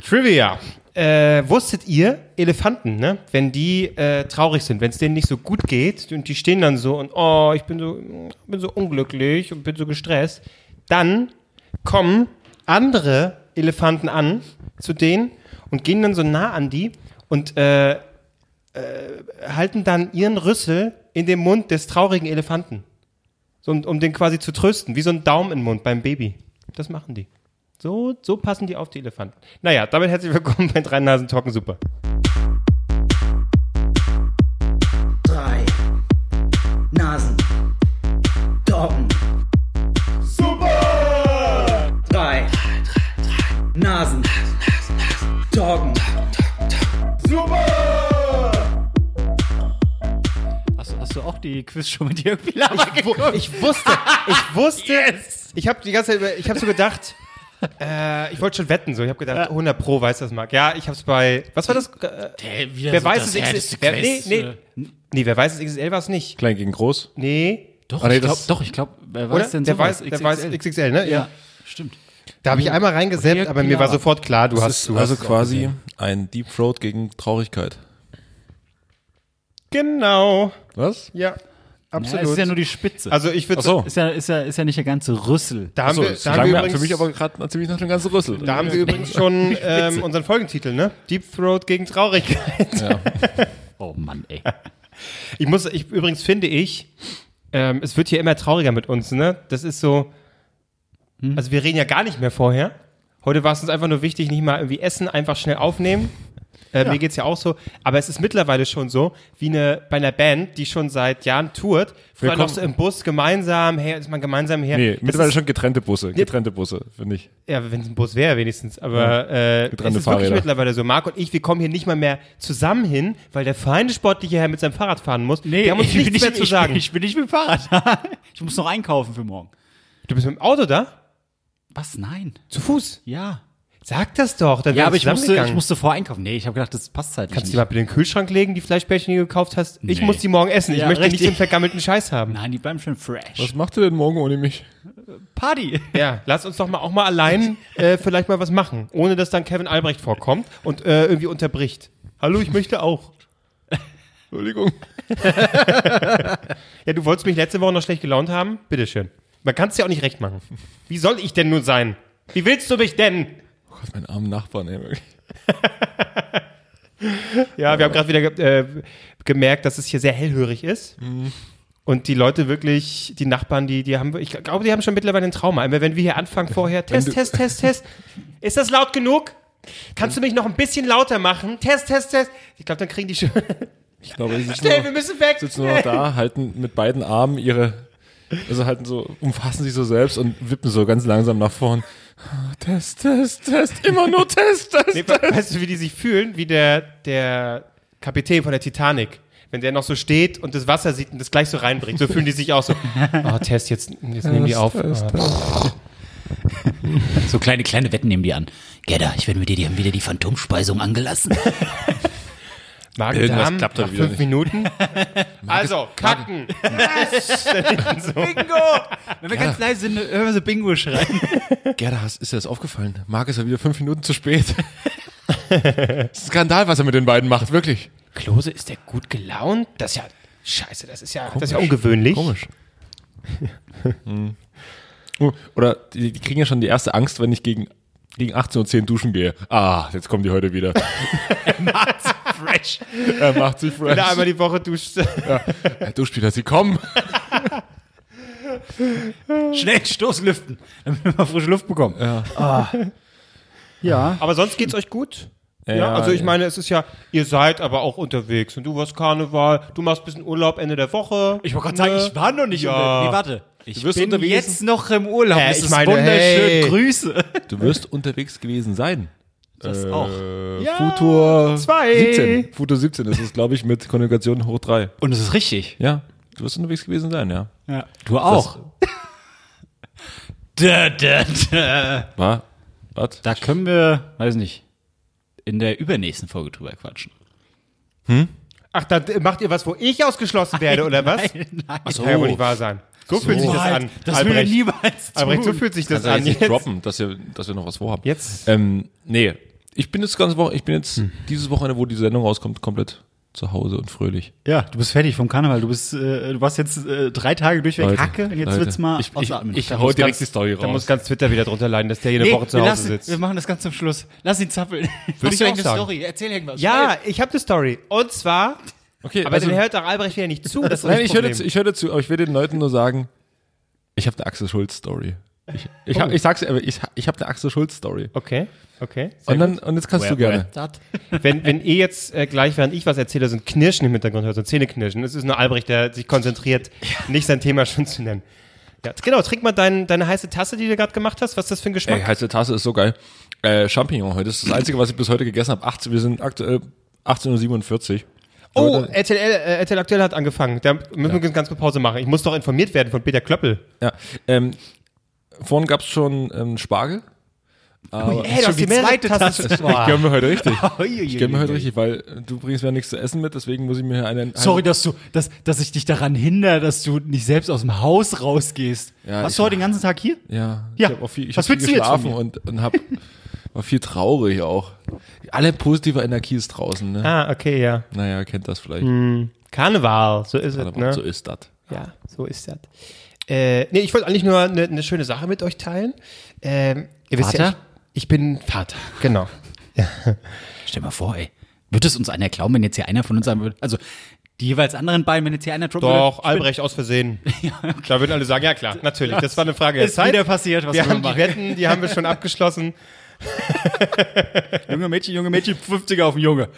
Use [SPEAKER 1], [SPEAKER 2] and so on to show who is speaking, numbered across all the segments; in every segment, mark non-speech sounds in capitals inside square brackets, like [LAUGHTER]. [SPEAKER 1] Trivia. Äh, wusstet ihr, Elefanten, ne, wenn die äh, traurig sind, wenn es denen nicht so gut geht und die stehen dann so und oh, ich bin so, bin so unglücklich und bin so gestresst, dann kommen andere Elefanten an zu denen und gehen dann so nah an die und äh, äh, halten dann ihren Rüssel in den Mund des traurigen Elefanten. So, um, um den quasi zu trösten, wie so ein Daumen im Mund beim Baby. Das machen die. So, so passen die auf die Elefanten. Naja, damit herzlich willkommen bei Drei Nasen Talken Super.
[SPEAKER 2] drei Nasen. Doggen. Super! Drei Nasen. Doggen.
[SPEAKER 3] Hast, du- hast du auch die Quiz schon mit Jörg Pilawa
[SPEAKER 1] Ich, wu ich wusste, ich wusste, ich habe die ganze Zeit, über- ich habe so gedacht, äh, ich wollte schon wetten, so ich habe gedacht, 100 pro weiß das Marc. Ja, ich habe es bei, was war das? Äh, wer weiß es XXL? Wer, nee,
[SPEAKER 3] äh.
[SPEAKER 1] nee, nee, wer weiß es XXL war es nicht.
[SPEAKER 4] Klein gegen groß.
[SPEAKER 1] Nee,
[SPEAKER 3] Doch,
[SPEAKER 4] Ah, nee,
[SPEAKER 3] ich glaub,
[SPEAKER 4] das-
[SPEAKER 3] doch, ich glaube, wer
[SPEAKER 1] oder?
[SPEAKER 3] weiß denn
[SPEAKER 1] der
[SPEAKER 3] sowas?
[SPEAKER 1] weiß, der weiß XXL, ne?
[SPEAKER 3] Ja, stimmt.
[SPEAKER 1] Da habe ich einmal reingesäppt,
[SPEAKER 3] Jörg
[SPEAKER 1] aber mir war
[SPEAKER 3] Pilawa.
[SPEAKER 1] sofort klar, du hast,
[SPEAKER 4] Das ist
[SPEAKER 1] du
[SPEAKER 4] also
[SPEAKER 1] hast
[SPEAKER 4] quasi ein Deep Throat gegen Traurigkeit.
[SPEAKER 1] Genau,
[SPEAKER 4] Was?
[SPEAKER 1] ja,
[SPEAKER 3] Ja,
[SPEAKER 1] absolut.
[SPEAKER 3] es ist ja nur die Spitze.
[SPEAKER 1] also ich würde,
[SPEAKER 4] Ach so.
[SPEAKER 3] ist ja, ist ja, ist ja nicht der ganze Rüssel.
[SPEAKER 1] da haben
[SPEAKER 4] So,
[SPEAKER 1] wir,
[SPEAKER 4] das
[SPEAKER 1] da haben
[SPEAKER 4] klang
[SPEAKER 1] wir
[SPEAKER 4] mir für
[SPEAKER 1] übrigens,
[SPEAKER 4] mich aber gerade ziemlich nach dem ganzen Rüssel.
[SPEAKER 1] da haben wir übrigens
[SPEAKER 4] [LAUGHS]
[SPEAKER 1] schon ähm, unseren Folgentitel, ne? Deep Throat gegen Traurigkeit.
[SPEAKER 3] Oh Mann, ey.
[SPEAKER 1] Ich muss, ich, übrigens finde ich, ähm, es wird hier immer trauriger mit uns, ne? Das ist so,
[SPEAKER 4] Hm.
[SPEAKER 1] also wir reden ja gar nicht mehr vorher. Heute war es uns einfach nur wichtig, nicht mal irgendwie essen, einfach schnell aufnehmen. Äh, Mir geht's ja auch so. Aber es ist mittlerweile schon so, wie eine, bei einer Band, die schon seit Jahren tourt. Früher
[SPEAKER 4] Willkommen-
[SPEAKER 1] noch so im Bus gemeinsam, her, ist man gemeinsam her.
[SPEAKER 4] Nee,
[SPEAKER 1] Das
[SPEAKER 4] mittlerweile
[SPEAKER 1] ist-
[SPEAKER 4] schon getrennte Busse. Getrennte Busse, finde ich.
[SPEAKER 1] ja, wenn es ein Bus wäre wenigstens. Aber äh, es
[SPEAKER 4] getrennte
[SPEAKER 1] ist wirklich
[SPEAKER 4] Fahrräder.
[SPEAKER 1] mittlerweile so. Marc und ich, wir kommen hier nicht mal mehr zusammen hin, weil der feine sportliche Herr mit seinem Fahrrad fahren muss. wir haben uns nichts mehr zu
[SPEAKER 3] ich,
[SPEAKER 1] sagen.
[SPEAKER 3] Ich, bin nicht mit dem Fahrrad. [LAUGHS] ich muss noch einkaufen für morgen.
[SPEAKER 1] du bist mit dem Auto da?
[SPEAKER 3] Was? Nein.
[SPEAKER 1] Zu Fuß?
[SPEAKER 3] Ja.
[SPEAKER 1] Sag das doch. Dann
[SPEAKER 3] Ja,
[SPEAKER 1] wären
[SPEAKER 3] aber
[SPEAKER 1] wir
[SPEAKER 3] ich musste,
[SPEAKER 1] zusammengegangen.
[SPEAKER 3] ich musste vor einkaufen. Nee, ich habe gedacht, das passt halt
[SPEAKER 1] Kannst du die
[SPEAKER 3] nicht.
[SPEAKER 1] mal bitte in den Kühlschrank legen, die Fleischbällchen, die du gekauft hast? Ich
[SPEAKER 3] Nee.
[SPEAKER 1] muss die morgen essen. ich
[SPEAKER 3] Ja,
[SPEAKER 1] möchte nicht
[SPEAKER 3] richtig.
[SPEAKER 1] den vergammelten Scheiß haben.
[SPEAKER 3] Nein, die bleiben schön fresh.
[SPEAKER 4] Was macht ihr denn morgen ohne mich?
[SPEAKER 3] Party.
[SPEAKER 1] Ja, lass uns doch mal auch mal allein äh, vielleicht mal was machen, ohne dass dann Kevin Albrecht vorkommt und äh, irgendwie unterbricht. Hallo, ich möchte auch.
[SPEAKER 4] Entschuldigung.
[SPEAKER 1] [LAUGHS] Ja, du wolltest mich letzte Woche noch schlecht gelaunt haben? Bitteschön. Man kann es ja auch nicht recht machen. Wie soll ich denn nun sein? Wie willst du mich denn?
[SPEAKER 4] Oh Gott, mein armen Nachbarn, ey. wirklich.
[SPEAKER 1] Ja, wir haben gerade wieder ge äh, gemerkt, dass es hier sehr hellhörig ist. Und die Leute wirklich, die Nachbarn, die, die haben, ich glaube, die haben schon mittlerweile ein Trauma. Aber wenn wir hier anfangen vorher, Test,
[SPEAKER 4] du-
[SPEAKER 1] Test, Test, Test. Ist das laut genug? Kannst du mich noch ein bisschen lauter machen? Test, Test, Test. Ich glaube, dann kriegen die schon.
[SPEAKER 4] Ich glaube, die sitzen,
[SPEAKER 1] Hey, wir
[SPEAKER 4] nur, noch,
[SPEAKER 1] müssen weg.
[SPEAKER 4] sitzen nur noch da, halten mit beiden Armen ihre. Also halten so, umfassen sich so selbst und wippen so ganz langsam nach vorn. Ah, Test, Test, Test, immer nur Test, Test.
[SPEAKER 1] Nee, we- weißt du, wie die sich fühlen? Wie der, der Kapitän von der Titanic. Wenn der noch so steht und das Wasser sieht und das gleich so reinbringt. So fühlen die sich auch [LAUGHS] so. Oh, Test, jetzt, jetzt nehmen die auf. Ah.
[SPEAKER 3] So kleine, kleine Wetten nehmen die an. Gerda, ich werde mit dir, die haben wieder die Phantomspeisung angelassen.
[SPEAKER 1] Magen-Darm
[SPEAKER 4] Irgendwas klappt da
[SPEAKER 1] nach
[SPEAKER 4] wieder
[SPEAKER 1] fünf
[SPEAKER 4] nicht.
[SPEAKER 1] [LAUGHS] Minuten. also, kacken.
[SPEAKER 3] Bingo! Wenn wir ganz leise sind, hören wir so Bingo schreien.
[SPEAKER 4] Gerda, hast, ist dir das aufgefallen? Marc ist ja wieder fünf Minuten zu
[SPEAKER 1] [LAUGHS]
[SPEAKER 4] spät. Skandal, was er mit den beiden macht, wirklich.
[SPEAKER 1] Klose, ist der gut gelaunt? Das ist ja, scheiße, das ist ja, das ist ja ungewöhnlich. [LAUGHS]
[SPEAKER 4] Komisch. Hm. Oh, Oder die, die kriegen ja schon die erste Angst, wenn ich gegen, gegen 18.10 Uhr duschen gehe. Ah, jetzt kommen die
[SPEAKER 1] [LAUGHS]
[SPEAKER 4] heute wieder.
[SPEAKER 3] Fresh.
[SPEAKER 4] Er macht sich fresh.
[SPEAKER 1] Wenn er einmal die Woche duscht.
[SPEAKER 4] Herr Duschspieler, Sie kommen.
[SPEAKER 3] [LAUGHS] Schnell Stoßlüften, damit wir mal frische Luft bekommen. Ja. ja.
[SPEAKER 1] [LAUGHS] Aber sonst geht's euch gut? Ja,
[SPEAKER 4] Ja,
[SPEAKER 1] also ich
[SPEAKER 4] ja.
[SPEAKER 1] meine, es ist ja, ihr seid aber auch unterwegs und du warst Karneval, du machst ein bisschen Urlaub Ende der Woche. Ne?
[SPEAKER 3] Ich wollte gerade sagen, ich war noch nicht
[SPEAKER 1] Ja.
[SPEAKER 3] unter- Nee, warte. Ich
[SPEAKER 4] wirst
[SPEAKER 3] bin
[SPEAKER 4] unterwiesen.
[SPEAKER 3] jetzt noch im Urlaub.
[SPEAKER 1] Äh,
[SPEAKER 3] es
[SPEAKER 1] ich
[SPEAKER 3] ist
[SPEAKER 1] meine,
[SPEAKER 3] wunderschön.
[SPEAKER 1] hey.
[SPEAKER 3] Grüße.
[SPEAKER 4] Du wirst unterwegs gewesen sein.
[SPEAKER 3] Das auch.
[SPEAKER 4] Äh,
[SPEAKER 1] Ja,
[SPEAKER 4] Futur
[SPEAKER 1] zwei.
[SPEAKER 4] 17. Futur 17 ist es, glaube ich, mit Konjugation hoch 3.
[SPEAKER 3] Und es ist richtig.
[SPEAKER 4] Ja, du wirst unterwegs gewesen sein, ja.
[SPEAKER 3] Ja.
[SPEAKER 1] [LAUGHS]
[SPEAKER 3] Du auch. da, da, da.
[SPEAKER 4] War? Was?
[SPEAKER 3] da können wir, weiß nicht, in der übernächsten Folge drüber quatschen.
[SPEAKER 1] Ach, da macht ihr was, wo ich ausgeschlossen werde, oder was?
[SPEAKER 3] Nein, nein.
[SPEAKER 1] Das kann ja wohl nicht wahr sein. So, fühlt sich das an.
[SPEAKER 3] Das will
[SPEAKER 1] Albrecht.
[SPEAKER 3] ich niemals tun.
[SPEAKER 1] Albrecht, so fühlt sich das
[SPEAKER 4] Also
[SPEAKER 1] an.
[SPEAKER 4] jetzt
[SPEAKER 1] Jetzt.
[SPEAKER 4] nicht droppen, dass wir, dass wir noch was vorhaben.
[SPEAKER 1] Jetzt.
[SPEAKER 4] Ähm, nee, Ich bin jetzt ganze Woche, ich bin jetzt dieses Wochenende, wo die Sendung rauskommt, komplett zu Hause und fröhlich.
[SPEAKER 3] Ja, du bist fertig vom Karneval. Du bist, äh, du warst jetzt äh, drei Tage durchweg
[SPEAKER 4] Leute,
[SPEAKER 3] Hacke und jetzt
[SPEAKER 4] Leute.
[SPEAKER 3] wird's mal
[SPEAKER 4] Ich- ich-
[SPEAKER 3] ausatmen.
[SPEAKER 4] ich-
[SPEAKER 3] Da
[SPEAKER 4] hau
[SPEAKER 3] muss
[SPEAKER 4] direkt
[SPEAKER 3] ganz-
[SPEAKER 4] die Story
[SPEAKER 1] Da
[SPEAKER 4] raus.
[SPEAKER 1] muss ganz Twitter wieder drunter leiden, dass der jede Woche zu
[SPEAKER 3] wir,
[SPEAKER 1] Hause
[SPEAKER 3] lassen, wir
[SPEAKER 1] sitzt.
[SPEAKER 3] machen das ganz zum Schluss. Lass
[SPEAKER 1] [LAUGHS]
[SPEAKER 3] ihn zappeln.
[SPEAKER 1] Würde ich auch
[SPEAKER 3] eine
[SPEAKER 1] sagen.
[SPEAKER 3] Story. Erzähl irgendwas.
[SPEAKER 1] Ja, ich habe eine Story. Und zwar,
[SPEAKER 4] Okay,
[SPEAKER 1] aber dann hört doch Albrecht wieder nicht zu.
[SPEAKER 4] [LAUGHS]
[SPEAKER 1] Das ist
[SPEAKER 4] also Nein, ich höre
[SPEAKER 1] Problem.
[SPEAKER 4] dazu, ich höre dazu, aber ich will den Leuten nur sagen, ich habe eine Axel Schulz Story. Ich, ich, hab- ich sag's, dir, aber ich, ich habe eine Axel Schulz Story.
[SPEAKER 1] Oh. Okay, okay.
[SPEAKER 4] Und dann und jetzt kannst du gerne.
[SPEAKER 1] Wenn, wenn ihr jetzt äh, gleich, während ich was erzähle, so ein Knirschen im Hintergrund hört, so ein Zähneknirschen, es ist nur Albrecht, der sich konzentriert, nicht sein Thema schon zu nennen. Ja, genau, trink mal dein, deine heiße Tasse, die du gerade gemacht hast. Was ist das für ein Geschmack?
[SPEAKER 4] Ey, heiße Tasse ist so geil. Äh, Champignon heute das ist das einzige, was ich bis heute gegessen habe. 18, wir sind aktuell 18:47 Uhr.
[SPEAKER 1] oh, RTL, äh, RTL aktuell hat angefangen. Da müssen wir ganz kurz Pause machen. Ich muss doch informiert werden von Peter Klöppel.
[SPEAKER 4] ja. Ähm, vorhin gab's schon ähm, Spargel.
[SPEAKER 1] Ey, du hast die zweite [LAUGHS] Tasse.
[SPEAKER 3] [LAUGHS]
[SPEAKER 1] um-
[SPEAKER 4] Ich gönn mir heute richtig.
[SPEAKER 3] Ich
[SPEAKER 4] Ich gönn mir heute richtig, weil äh, du bringst mir nichts zu essen mit, deswegen muss ich mir einen.
[SPEAKER 3] Sorry, dass du, dass, dass ich dich daran hindere, dass du nicht selbst aus dem Haus rausgehst.
[SPEAKER 4] Ja,
[SPEAKER 3] Warst
[SPEAKER 4] ich-
[SPEAKER 3] du heute den ganzen Tag hier?
[SPEAKER 4] Ja,
[SPEAKER 3] Ja,
[SPEAKER 4] ich habe auch viel, ich
[SPEAKER 3] was
[SPEAKER 4] hab viel
[SPEAKER 3] willst du jetzt von
[SPEAKER 4] geschlafen
[SPEAKER 3] mir?
[SPEAKER 4] und, und hab, war viel traurig auch. Alle positive Energie ist draußen, ne?
[SPEAKER 1] Ah, okay, ja.
[SPEAKER 4] Naja, kennt das vielleicht.
[SPEAKER 1] Karneval, so ist
[SPEAKER 4] Aber
[SPEAKER 1] es,
[SPEAKER 4] so
[SPEAKER 1] ne?
[SPEAKER 4] ist das.
[SPEAKER 1] Ja, so ist das. Äh, nee, ich wollte eigentlich nur eine eine schöne Sache mit euch teilen. Ähm, ihr wisst ja,
[SPEAKER 3] Vater?
[SPEAKER 1] ich, ich bin Vater, genau.
[SPEAKER 3] Stell mal vor, ey. Wird es uns einer glauben, wenn jetzt hier einer von uns sagen würde? Also, die jeweils anderen beiden, wenn jetzt hier einer
[SPEAKER 1] [LAUGHS]
[SPEAKER 3] droppen
[SPEAKER 1] Doch, Albrecht aus Versehen. Da würden alle sagen, ja klar, natürlich. Das war eine Frage
[SPEAKER 3] würde?
[SPEAKER 1] der
[SPEAKER 3] Ist
[SPEAKER 1] Zeit.
[SPEAKER 3] wieder passiert, was
[SPEAKER 1] wir
[SPEAKER 3] wir
[SPEAKER 1] haben die
[SPEAKER 3] machen.
[SPEAKER 1] Wetten, die haben wir schon abgeschlossen.
[SPEAKER 3] Junge Mädchen, junge Mädchen, 50er auf den Junge.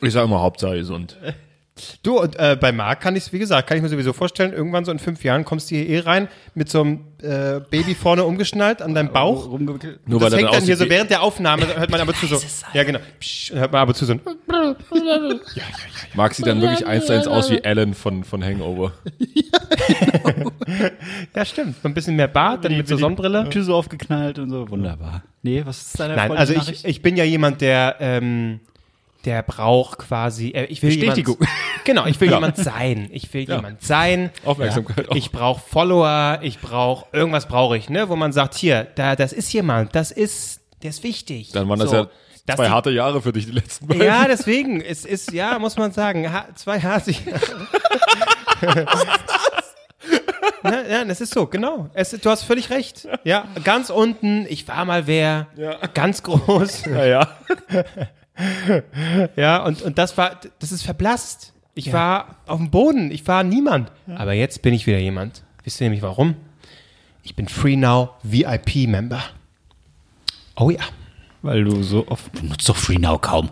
[SPEAKER 4] Ich sag immer Hauptsache gesund.
[SPEAKER 1] Du, und äh, bei Marc kann ich es, wie gesagt, kann ich mir sowieso vorstellen, irgendwann so in fünf Jahren kommst du hier eh rein mit so einem äh, Baby vorne umgeschnallt an deinem Bauch.
[SPEAKER 3] Rumgewickelt.
[SPEAKER 4] Nur
[SPEAKER 1] das hängt dann hier
[SPEAKER 4] aussieht
[SPEAKER 1] so
[SPEAKER 4] wie-
[SPEAKER 1] während der Aufnahme, hört man aber zu so. Ja, genau. Psch, hört man aber zu so. ein-
[SPEAKER 4] Marc sieht dann wirklich eins zu eins aus wie Alan von, von Hangover.
[SPEAKER 1] Ja, stimmt. So ein bisschen mehr Bart, dann mit so Sonnenbrille.
[SPEAKER 3] Tür so aufgeknallt und so. Wunderbar. Nee, was ist deine
[SPEAKER 1] Nein,
[SPEAKER 3] erfreuliche
[SPEAKER 1] also ich,
[SPEAKER 3] Nachricht?
[SPEAKER 1] ich bin ja jemand, der, ähm, der braucht quasi. Äh, ich will
[SPEAKER 3] Bestätigung.
[SPEAKER 1] Jemand, [LAUGHS] genau,
[SPEAKER 4] [LAUGHS]
[SPEAKER 1] ich will jemand sein. Ich will jemand sein.
[SPEAKER 4] Aufmerksamkeit auch.
[SPEAKER 1] Ich brauche Follower, ich brauche irgendwas brauche ich, ne? Wo man sagt, hier, da, das ist jemand, das ist, der ist wichtig.
[SPEAKER 4] Dann waren das
[SPEAKER 1] So.
[SPEAKER 4] ja
[SPEAKER 1] Dass
[SPEAKER 4] zwei
[SPEAKER 1] die-
[SPEAKER 4] harte Jahre für dich, die letzten beiden.
[SPEAKER 1] Ja, deswegen, es ist, ja, muss man sagen, ha zwei Hase.
[SPEAKER 4] [LAUGHS]
[SPEAKER 1] Ja, ja, das ist so, genau. Es, du hast völlig recht. Ja, ganz unten, ich war mal wer, ganz groß.
[SPEAKER 4] [LAUGHS] Ja, ja.
[SPEAKER 1] Ja, und, und das war, das ist verblasst. Ich war auf dem Boden, ich war niemand. Aber jetzt bin ich wieder jemand. Wisst ihr nämlich warum? Ich bin Free Now VIP-Member. Oh ja.
[SPEAKER 3] Weil du so oft. Du nutzt doch Free Now kaum.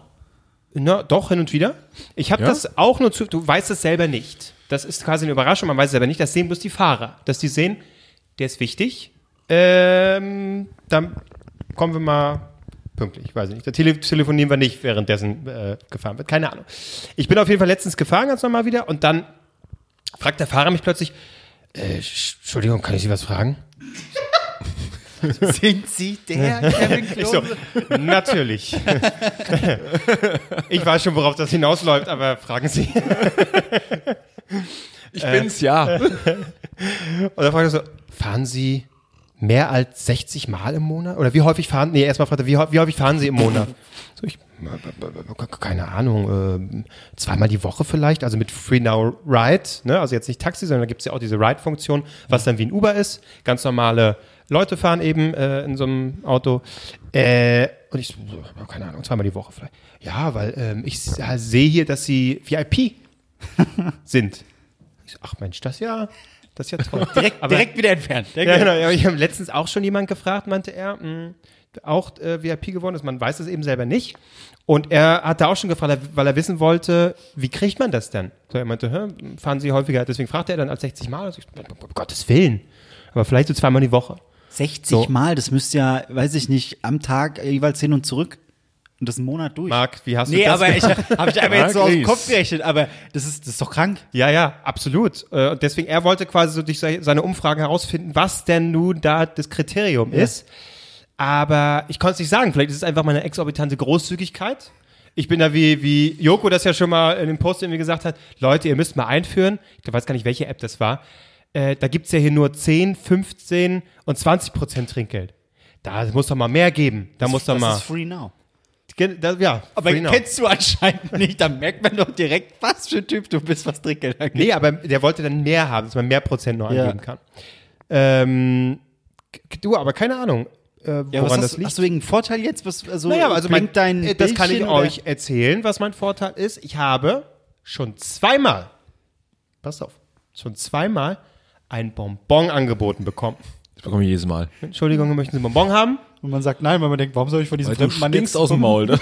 [SPEAKER 1] Na, Ne, doch, hin und wieder. Ich habe
[SPEAKER 4] Ja?
[SPEAKER 1] das auch nur zu, du weißt es selber nicht. Das ist quasi eine Überraschung, man weiß es selber nicht. Das sehen bloß die Fahrer, dass die sehen, der ist wichtig. Ähm, dann kommen wir mal pünktlich, weiß ich nicht. Da tele telefonieren wir nicht, währenddessen äh, gefahren wird. Keine Ahnung. Ich bin auf jeden Fall letztens gefahren, ganz normal wieder. Und dann fragt der Fahrer mich plötzlich, äh, Sch- Entschuldigung, kann ich Sie was fragen?
[SPEAKER 3] Sind Sie der Kevin
[SPEAKER 1] Ich so, natürlich. [LAUGHS] ich weiß schon, worauf das hinausläuft, aber fragen Sie.
[SPEAKER 4] Ich bin's, ja.
[SPEAKER 1] Und dann fragt er so, fahren Sie mehr als 60 Mal im Monat? Oder wie häufig fahren, nee, erstmal fragt er, wie, hä- wie häufig fahren Sie im Monat? [LAUGHS] Äh, So, ich, keine Ahnung, ähm, zweimal die Woche vielleicht, also mit Free Now Ride, ne? also jetzt nicht Taxi, sondern da gibt's ja auch diese Ride-Funktion, was dann wie ein Uber ist. Ganz normale Leute fahren eben äh, in so einem Auto. Äh, und ich, so, keine Ahnung, zweimal die Woche vielleicht. Ja, weil ähm, ich s- äh, sehe hier, dass Sie [LAUGHS] VIP sind. Ich so, ach Mensch, das ist ja, das ist ja toll.
[SPEAKER 3] [LAUGHS] Direkt,
[SPEAKER 1] Aber-
[SPEAKER 3] direkt wieder entfernt.
[SPEAKER 1] ja, genau. Ja, ich habe letztens auch schon jemand gefragt, meinte er, mh, auch äh, VIP geworden ist. Man weiß es eben selber nicht. Und er hat da auch schon gefragt, weil er wissen wollte, wie kriegt man das denn? So, er meinte, Hä, fahren Sie häufiger. Deswegen fragte er dann als 60 Mal. Also ich, um Gottes Willen. Aber vielleicht so zweimal die Woche.
[SPEAKER 3] 60
[SPEAKER 1] So.
[SPEAKER 3] Mal, das müsst ja, weiß ich nicht, am Tag jeweils hin und zurück. Und das einen Monat durch.
[SPEAKER 1] Marc, wie hast du
[SPEAKER 3] nee,
[SPEAKER 1] das
[SPEAKER 3] aber ich habe ich aber jetzt so auf den
[SPEAKER 4] Marc
[SPEAKER 3] Kopf
[SPEAKER 4] Ries.
[SPEAKER 3] gerechnet, aber das ist, das ist doch krank.
[SPEAKER 1] Ja, ja, absolut. Äh, Und deswegen, er wollte quasi so durch se- seine Umfragen herausfinden, was denn nun da das Kriterium ist. Aber ich konnte es nicht sagen. Vielleicht ist es einfach meine exorbitante Großzügigkeit. Ich bin da wie, wie Joko das ja schon mal in dem Post irgendwie gesagt hat. Leute, ihr müsst mal einführen. Ich weiß gar nicht, welche App das war. Äh, da gibt's ja hier nur 10, 15 und 20 Prozent Trinkgeld. Da muss doch mal mehr geben. Da muss doch
[SPEAKER 3] das
[SPEAKER 1] mal.
[SPEAKER 3] ist free now.
[SPEAKER 1] Gen- da- Ja,
[SPEAKER 3] Aber
[SPEAKER 1] genau.
[SPEAKER 3] kennst du anscheinend nicht, dann merkt man doch direkt, was für ein Typ du bist, was Trinkgeld angeht.
[SPEAKER 1] Nee, aber der wollte dann mehr haben, dass man mehr Prozent noch
[SPEAKER 3] Ja.
[SPEAKER 1] angeben kann. Ähm, k- du, aber keine Ahnung, äh,
[SPEAKER 3] Ja,
[SPEAKER 1] woran
[SPEAKER 3] was hast,
[SPEAKER 1] das liegt.
[SPEAKER 3] Hast du wegen Vorteil jetzt? Was, also,
[SPEAKER 1] Naja, also mein,
[SPEAKER 3] blinkt dein
[SPEAKER 1] äh, das kann ich
[SPEAKER 3] Bildchen oder-
[SPEAKER 1] euch erzählen, was mein Vorteil ist. Ich habe schon zweimal, pass auf, schon zweimal ein Bonbon angeboten bekommen.
[SPEAKER 4] Das bekomme ich jedes Mal.
[SPEAKER 1] Entschuldigung, möchten Sie einen Bonbon haben?
[SPEAKER 3] Und man sagt nein, weil man denkt, warum soll ich von diesem
[SPEAKER 4] Weil du stinkst aus dem Maul. Ne?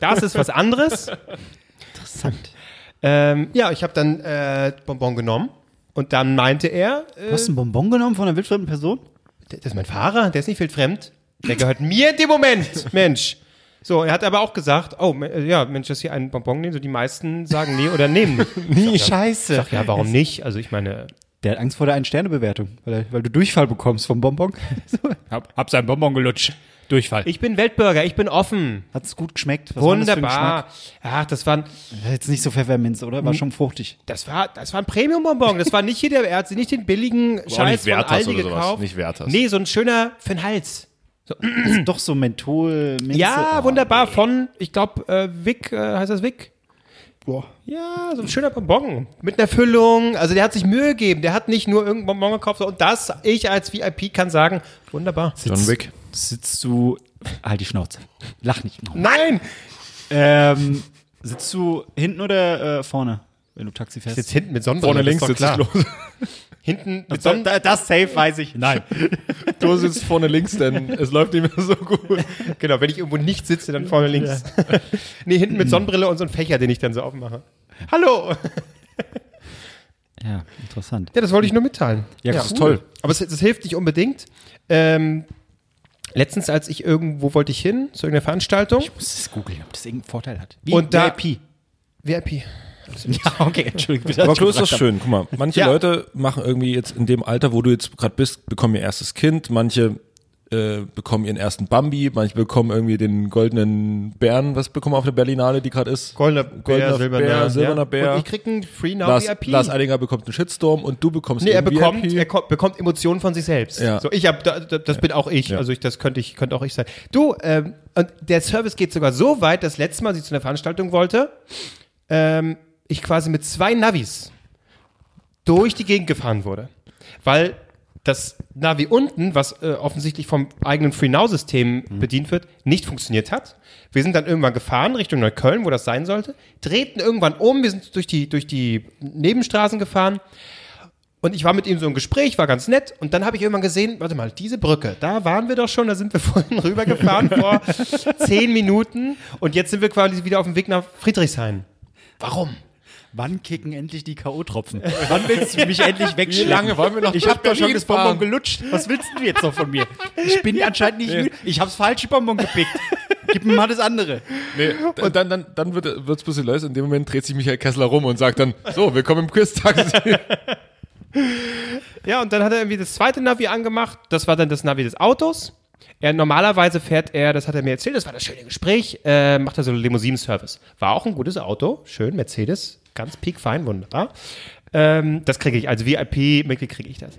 [SPEAKER 1] Das ist was anderes.
[SPEAKER 3] Interessant.
[SPEAKER 1] ähm, ja, ich habe dann äh, Bonbon genommen und dann meinte er,
[SPEAKER 3] Du hast einen Bonbon genommen von einer wildfremden Person?
[SPEAKER 1] D- Das ist mein Fahrer, der ist nicht wildfremd. Der gehört mir in dem Moment,
[SPEAKER 4] [LAUGHS]
[SPEAKER 1] Mensch. So, er hat aber auch gesagt, oh, me- äh, ja, Mensch, dass hier einen Bonbon nehmen, so die meisten sagen nee oder
[SPEAKER 4] [LAUGHS]
[SPEAKER 1] nehmen. nie,
[SPEAKER 3] Scheiße.
[SPEAKER 1] Sag, ja, warum nicht? Also ich meine,
[SPEAKER 3] Der hat Angst vor der Ein-Sterne-Bewertung, weil, er- weil du Durchfall bekommst vom Bonbon.
[SPEAKER 1] [LAUGHS]
[SPEAKER 4] Hab, hab sein Bonbon gelutscht. Durchfall.
[SPEAKER 1] ich bin Weltbürger, ich bin offen.
[SPEAKER 3] Hat es gut geschmeckt? Was war das für ein
[SPEAKER 1] Wunderbar. Hm. Ach, das war, ein,
[SPEAKER 3] Geschmack? War Jetzt nicht so Pfefferminz, oder? War schon fruchtig.
[SPEAKER 1] das war, das war ein Premium-Bonbon. Das war nicht hier der, er hat sie nicht den billigen Scheiß von
[SPEAKER 4] Werthers
[SPEAKER 1] Aldi
[SPEAKER 4] oder sowas.
[SPEAKER 1] gekauft.
[SPEAKER 4] Nicht Werthers.
[SPEAKER 1] Nee, so ein schöner für den Hals.
[SPEAKER 3] Doch so Menthol, Minze.
[SPEAKER 1] Ja,
[SPEAKER 3] Oh,
[SPEAKER 1] wunderbar. Von, ich glaube, äh, Wick, äh, heißt das Wick?
[SPEAKER 3] boah.
[SPEAKER 1] Ja, so ein schöner Bonbon. Mit einer Füllung. Also der hat sich Mühe gegeben. Der hat nicht nur irgendeinen Bonbon gekauft. Und das, ich als VIP kann sagen, wunderbar.
[SPEAKER 4] John Wick.
[SPEAKER 3] Sitzt du. Halt die Schnauze. Lach nicht.
[SPEAKER 1] Nein!
[SPEAKER 3] Ähm, sitzt du hinten oder äh, vorne, wenn du Taxi fährst?
[SPEAKER 1] Sitzt hinten mit Sonnenbrille.
[SPEAKER 4] [LAUGHS] Vorne
[SPEAKER 1] das
[SPEAKER 4] links
[SPEAKER 1] ist doch
[SPEAKER 4] sitzt ich los.
[SPEAKER 1] Hinten mit
[SPEAKER 3] Son-
[SPEAKER 1] Sonnenbrille.
[SPEAKER 3] da- das safe weiß ich. Nein.
[SPEAKER 4] Du sitzt vorne links, denn es läuft nicht mehr so gut.
[SPEAKER 1] [LAUGHS] Genau, wenn ich irgendwo nicht sitze, dann vorne links. [LAUGHS] nee, hinten mit Sonnenbrille und so ein Fächer, den ich dann so aufmache. Hallo!
[SPEAKER 3] Ja, interessant.
[SPEAKER 1] Ja, das wollte ich nur mitteilen.
[SPEAKER 4] Ja, das ist toll.
[SPEAKER 1] Aber es, es hilft nicht unbedingt. Ähm, letztens, als ich irgendwo wollte ich hin, zu irgendeiner Veranstaltung.
[SPEAKER 3] Muss es googeln, ob das irgendeinen Vorteil hat.
[SPEAKER 1] Und da-
[SPEAKER 3] VIP.
[SPEAKER 1] VIP.
[SPEAKER 3] Ja, okay, Entschuldigung. Bitte,
[SPEAKER 4] Aber
[SPEAKER 3] dass ich
[SPEAKER 4] Klo ist doch
[SPEAKER 3] gefragt
[SPEAKER 4] schön. Guck mal, manche
[SPEAKER 1] Ja.
[SPEAKER 4] Leute machen irgendwie jetzt in dem Alter, wo du jetzt gerade bist, bekommen ihr erstes Kind. Manche äh, bekommen ihren ersten Bambi. Manche bekommen irgendwie den goldenen Bären. Was bekommen wir auf der Berlinale, die gerade ist?
[SPEAKER 1] Goldener
[SPEAKER 4] Goldener
[SPEAKER 1] Bär, silberner
[SPEAKER 4] Bär, silberner
[SPEAKER 1] ja.
[SPEAKER 4] Bär.
[SPEAKER 1] Und ich krieg einen Free Now
[SPEAKER 4] Lars,
[SPEAKER 1] VIP.
[SPEAKER 4] Lars Eidinger bekommt einen Shitstorm und du bekommst
[SPEAKER 1] nee, er
[SPEAKER 4] einen
[SPEAKER 1] bekommt,
[SPEAKER 4] VIP.
[SPEAKER 1] er ko- bekommt Emotionen von sich selbst.
[SPEAKER 4] Äh, Ja.
[SPEAKER 1] So, ich hab, da, da, das bin auch ich.
[SPEAKER 4] Ja.
[SPEAKER 1] Also ich, das könnte ich, könnte auch ich sein. Du, ähm, und der Service geht sogar so weit, dass letztes Mal, als ich zu einer Veranstaltung wollte, ähm, ich quasi mit zwei Navis durch die Gegend gefahren wurde. Weil das Navi unten, was äh, offensichtlich vom eigenen FreeNow-System
[SPEAKER 4] Mhm.
[SPEAKER 1] bedient wird, nicht funktioniert hat. Wir sind dann irgendwann gefahren Richtung Neukölln, wo das sein sollte, drehten irgendwann um, wir sind durch die, durch die Nebenstraßen gefahren und ich war mit ihm so im Gespräch, war ganz nett und dann habe ich irgendwann gesehen, warte mal, diese Brücke, da waren wir doch schon, da sind wir [LAUGHS] vorhin rübergefahren vor zehn Minuten und jetzt sind wir quasi wieder auf dem Weg nach Friedrichshain. Warum?
[SPEAKER 3] hab. Wann kicken endlich die K.O.-Tropfen? [LAUGHS] Wann willst du mich endlich wegschleppen?
[SPEAKER 4] lange wollen wir noch
[SPEAKER 3] Ich
[SPEAKER 4] durch
[SPEAKER 3] hab doch schon
[SPEAKER 4] Berlin
[SPEAKER 3] das Bonbon
[SPEAKER 4] fahren?
[SPEAKER 3] gelutscht. Was willst du jetzt noch von mir? Ich bin anscheinend nicht müde. Ich hab's falsche Bonbon gepickt. Gib mir mal das andere.
[SPEAKER 4] Nee, und dann, dann, dann wird es ein bisschen lös. In dem Moment dreht sich Michael Kessler rum und sagt dann, so, willkommen im [LAUGHS] Quiz-Taxi.
[SPEAKER 1] Ja, und dann hat er irgendwie das zweite Navi angemacht. Das war dann das Navi des Autos. Er, normalerweise fährt er, das hat er mir erzählt, das war das schöne Gespräch, äh, macht er so einen Limousinen-Service. War auch ein gutes Auto, schön, Mercedes, ganz piekfein, wunderbar. Ähm, das kriege ich, als VIP-Mitglied kriege ich das.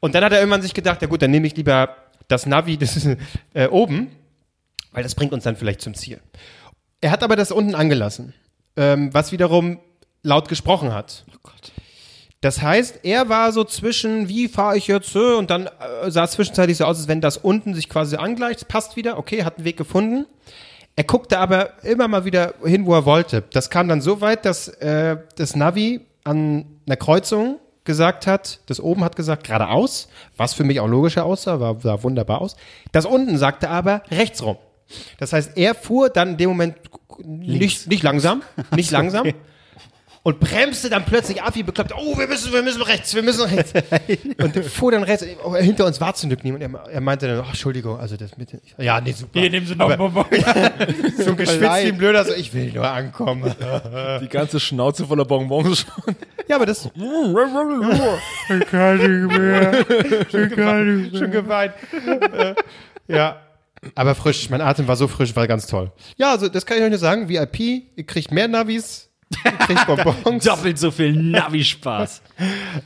[SPEAKER 1] Und dann hat er irgendwann sich gedacht, ja gut, dann nehme ich lieber das Navi das ist, [LAUGHS] äh, oben, weil das bringt uns dann vielleicht zum Ziel. Er hat aber das unten angelassen, ähm, was wiederum laut gesprochen hat. Das heißt, er war so zwischen, wie fahre ich jetzt äh, und dann äh, sah es zwischenzeitlich so aus, als wenn das unten sich quasi angleicht, es passt wieder, okay, hat einen Weg gefunden. Er guckte aber immer mal wieder hin, wo er wollte. Das kam dann so weit, dass äh, das Navi an einer Kreuzung gesagt hat, das oben hat gesagt geradeaus, was für mich auch logischer aussah, war, sah wunderbar aus. Das unten sagte aber rechts rum. Das heißt, er fuhr dann in dem Moment nicht, nicht langsam, nicht langsam, und bremste dann plötzlich ab wie bekloppt. Oh, wir müssen, wir müssen rechts, wir müssen rechts. und fuhr dann rechts, oh, hinter uns war zum Glück niemand. Er, er meinte dann, oh, Entschuldigung, also das mit, ja, nee, super. Hier, nehmen Sie noch
[SPEAKER 3] [LAUGHS]
[SPEAKER 1] Bonbon. so geschwitzt wie ein Blöder, so, ich will nur ankommen.
[SPEAKER 4] Die ganze Schnauze voller Bonbons schon.
[SPEAKER 1] [LAUGHS] ja, aber das, schon geweint. Äh, ja. Aber frisch, mein Atem war so frisch, war ganz toll. Ja, also das kann ich euch nur sagen, VIP, ihr kriegt mehr Navis, ihr kriegt Bonbons.
[SPEAKER 3] Doppelt so viel Navi-Spaß.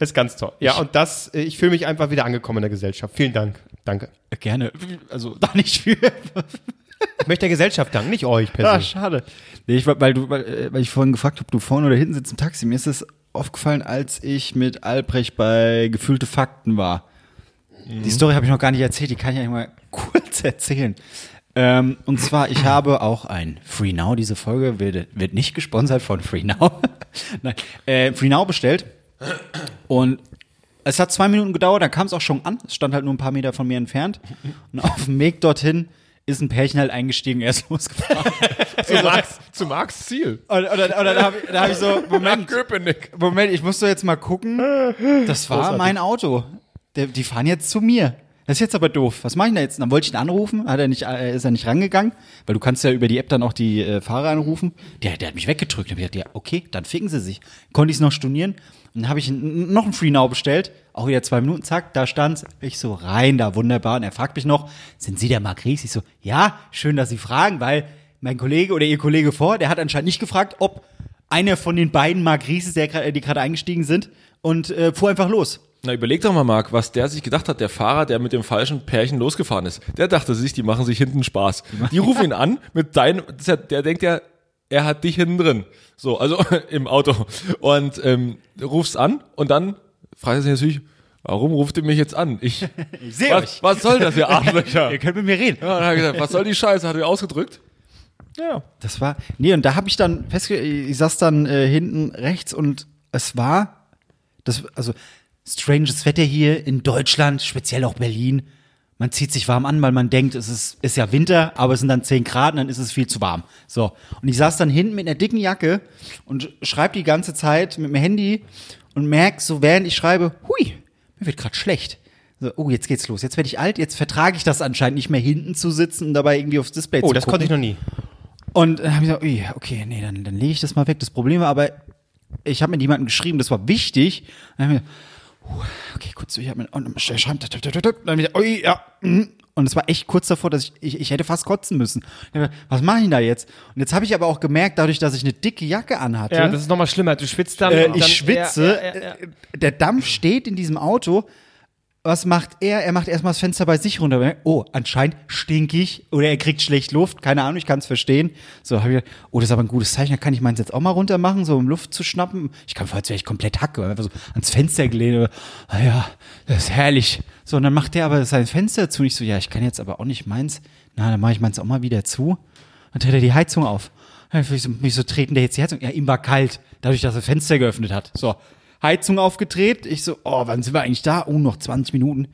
[SPEAKER 1] ist ganz toll. [LAUGHS] Ja, und das, äh, ich fühle mich einfach wieder angekommen in der Gesellschaft. Vielen Dank. Danke.
[SPEAKER 3] Gerne. Also, da nicht für.
[SPEAKER 1] Ich möchte der Gesellschaft danken, nicht euch
[SPEAKER 3] Ah,
[SPEAKER 1] persönlich.
[SPEAKER 3] schade. Nee, ich, war- weil, du, weil, äh, weil ich vorhin gefragt habe, ob du vorne oder hinten sitzt im Taxi. Mir ist es aufgefallen, als ich mit Albrecht bei Gefühlte Fakten war. Die Story habe ich noch gar nicht erzählt, die kann ich eigentlich mal [LAUGHS] kurz erzählen. Ähm, und zwar, ich habe auch ein Free Now. Diese Folge wird, wird nicht gesponsert von Free Now. [LAUGHS] Nein, äh, Free Now bestellt. Und es hat zwei Minuten gedauert, dann kam es auch schon an. Es stand halt nur ein paar Meter von mir entfernt. Und auf dem Weg dorthin ist ein Pärchen halt eingestiegen, er ist [LAUGHS] losgefahren.
[SPEAKER 4] Zu Max, zu Max Ziel.
[SPEAKER 3] Oder, oder, oder da habe ich, da hab ich so, Moment,
[SPEAKER 4] Köpenick.
[SPEAKER 3] Moment, ich muss doch jetzt mal gucken. Das war mein Auto. Der, die fahren jetzt zu mir. Das ist jetzt aber doof. Was mache ich denn jetzt? Dann wollte ich ihn anrufen, hat er nicht, äh, ist er nicht rangegangen, weil du kannst ja über die App dann auch die äh, Fahrer anrufen. Der, der hat mich weggedrückt. Dann hab ich gedacht, ja, okay, dann ficken sie sich. Konnte ich es noch stornieren. Und dann habe ich n- noch ein Free Now bestellt. Auch wieder zwei Minuten, zack, da stand's. Ich so, rein, da wunderbar. Und er fragt mich noch, sind Sie der Mark Ries? Ich so, ja, schön, dass Sie fragen, weil mein Kollege oder Ihr Kollege vor, der hat anscheinend nicht gefragt, ob einer von den beiden Mark Rieses, der, gra- die gerade eingestiegen sind, und äh, fuhr einfach los.
[SPEAKER 4] Na, überleg doch mal, Marc, was der sich gedacht hat, der Fahrer, der mit dem falschen Pärchen losgefahren ist. Der dachte sich, die machen sich hinten Spaß. Die rufen ihn an mit deinem, das ist ja- der denkt ja, er hat dich hinten drin. So, also [LAUGHS] im Auto. Und ähm, du rufst an und dann fragt er sich natürlich, warum ruft ihr mich jetzt an? Ich, ich
[SPEAKER 3] seh
[SPEAKER 4] was,
[SPEAKER 3] euch.
[SPEAKER 4] [LAUGHS] Was soll das,
[SPEAKER 3] [LAUGHS]
[SPEAKER 4] ihr Arschlöcher?
[SPEAKER 3] Ihr
[SPEAKER 4] ja,
[SPEAKER 3] könnt mit mir reden.
[SPEAKER 4] dann hat er gesagt, was soll die Scheiße? Hat er ausgedrückt? Ja.
[SPEAKER 3] Das war, nee, und da habe ich dann festgestellt, ich saß dann äh, hinten rechts und es war, das, also, stranges Wetter hier in Deutschland, speziell auch Berlin. Man zieht sich warm an, weil man denkt, es ist, ist ja Winter, aber es sind dann 10 Grad und dann ist es viel zu warm. So. Und ich saß dann hinten mit einer dicken Jacke und schreibe die ganze Zeit mit dem Handy und merk so, während ich schreibe, hui, mir wird gerade schlecht. So, oh, jetzt geht's los. Jetzt werde ich alt, jetzt vertrage ich das anscheinend nicht mehr hinten zu sitzen und dabei irgendwie aufs Display zu
[SPEAKER 1] Oh, das
[SPEAKER 3] gucken.
[SPEAKER 1] konnte ich noch nie.
[SPEAKER 3] Und dann habe ich gesagt, ui, okay, nee, dann, dann lege ich das mal weg. Das Problem war aber, ich habe mit jemandem geschrieben, das war wichtig. Dann habe ich gesagt, puh, okay, kurz, ich habe mir, und dann schreibt, dann habe ich gesagt, ui, ja, mhm. und es war echt kurz davor, dass ich, ich, ich hätte fast kotzen müssen. Dann hab ich gesagt, Was mache ich denn da jetzt? Und jetzt habe ich aber auch gemerkt, dadurch, dass ich eine dicke Jacke anhatte,
[SPEAKER 1] Ja, das ist nochmal schlimmer. Du schwitzt dann.
[SPEAKER 3] äh,
[SPEAKER 1] und
[SPEAKER 3] ich
[SPEAKER 1] dann,
[SPEAKER 3] schwitze,
[SPEAKER 1] Ja, ja, ja, ja.
[SPEAKER 3] äh, der Dampf steht in diesem Auto. Was macht er? Er macht erstmal das Fenster bei sich runter. Oh, anscheinend stinkig oder er kriegt schlecht Luft. Keine Ahnung, ich kann es verstehen. So habe ich gedacht, oh, das ist aber ein gutes Zeichen. Da kann ich meins jetzt auch mal runter machen, so um Luft zu schnappen. Ich kann vorher ich komplett hacke, einfach so ans Fenster gelehnt. Ah ja, das ist herrlich. So, und dann macht der aber sein Fenster zu. Und ich so, ja, ich kann jetzt aber auch nicht meins. Na, dann mache ich meins auch mal wieder zu. Dann dreht er die Heizung auf. Wieso, wieso treten der jetzt die Heizung? Ja, ihm war kalt, dadurch, dass er Fenster geöffnet hat. So, Heizung aufgedreht. Ich so, oh, wann sind wir eigentlich da? Oh, noch 20 Minuten.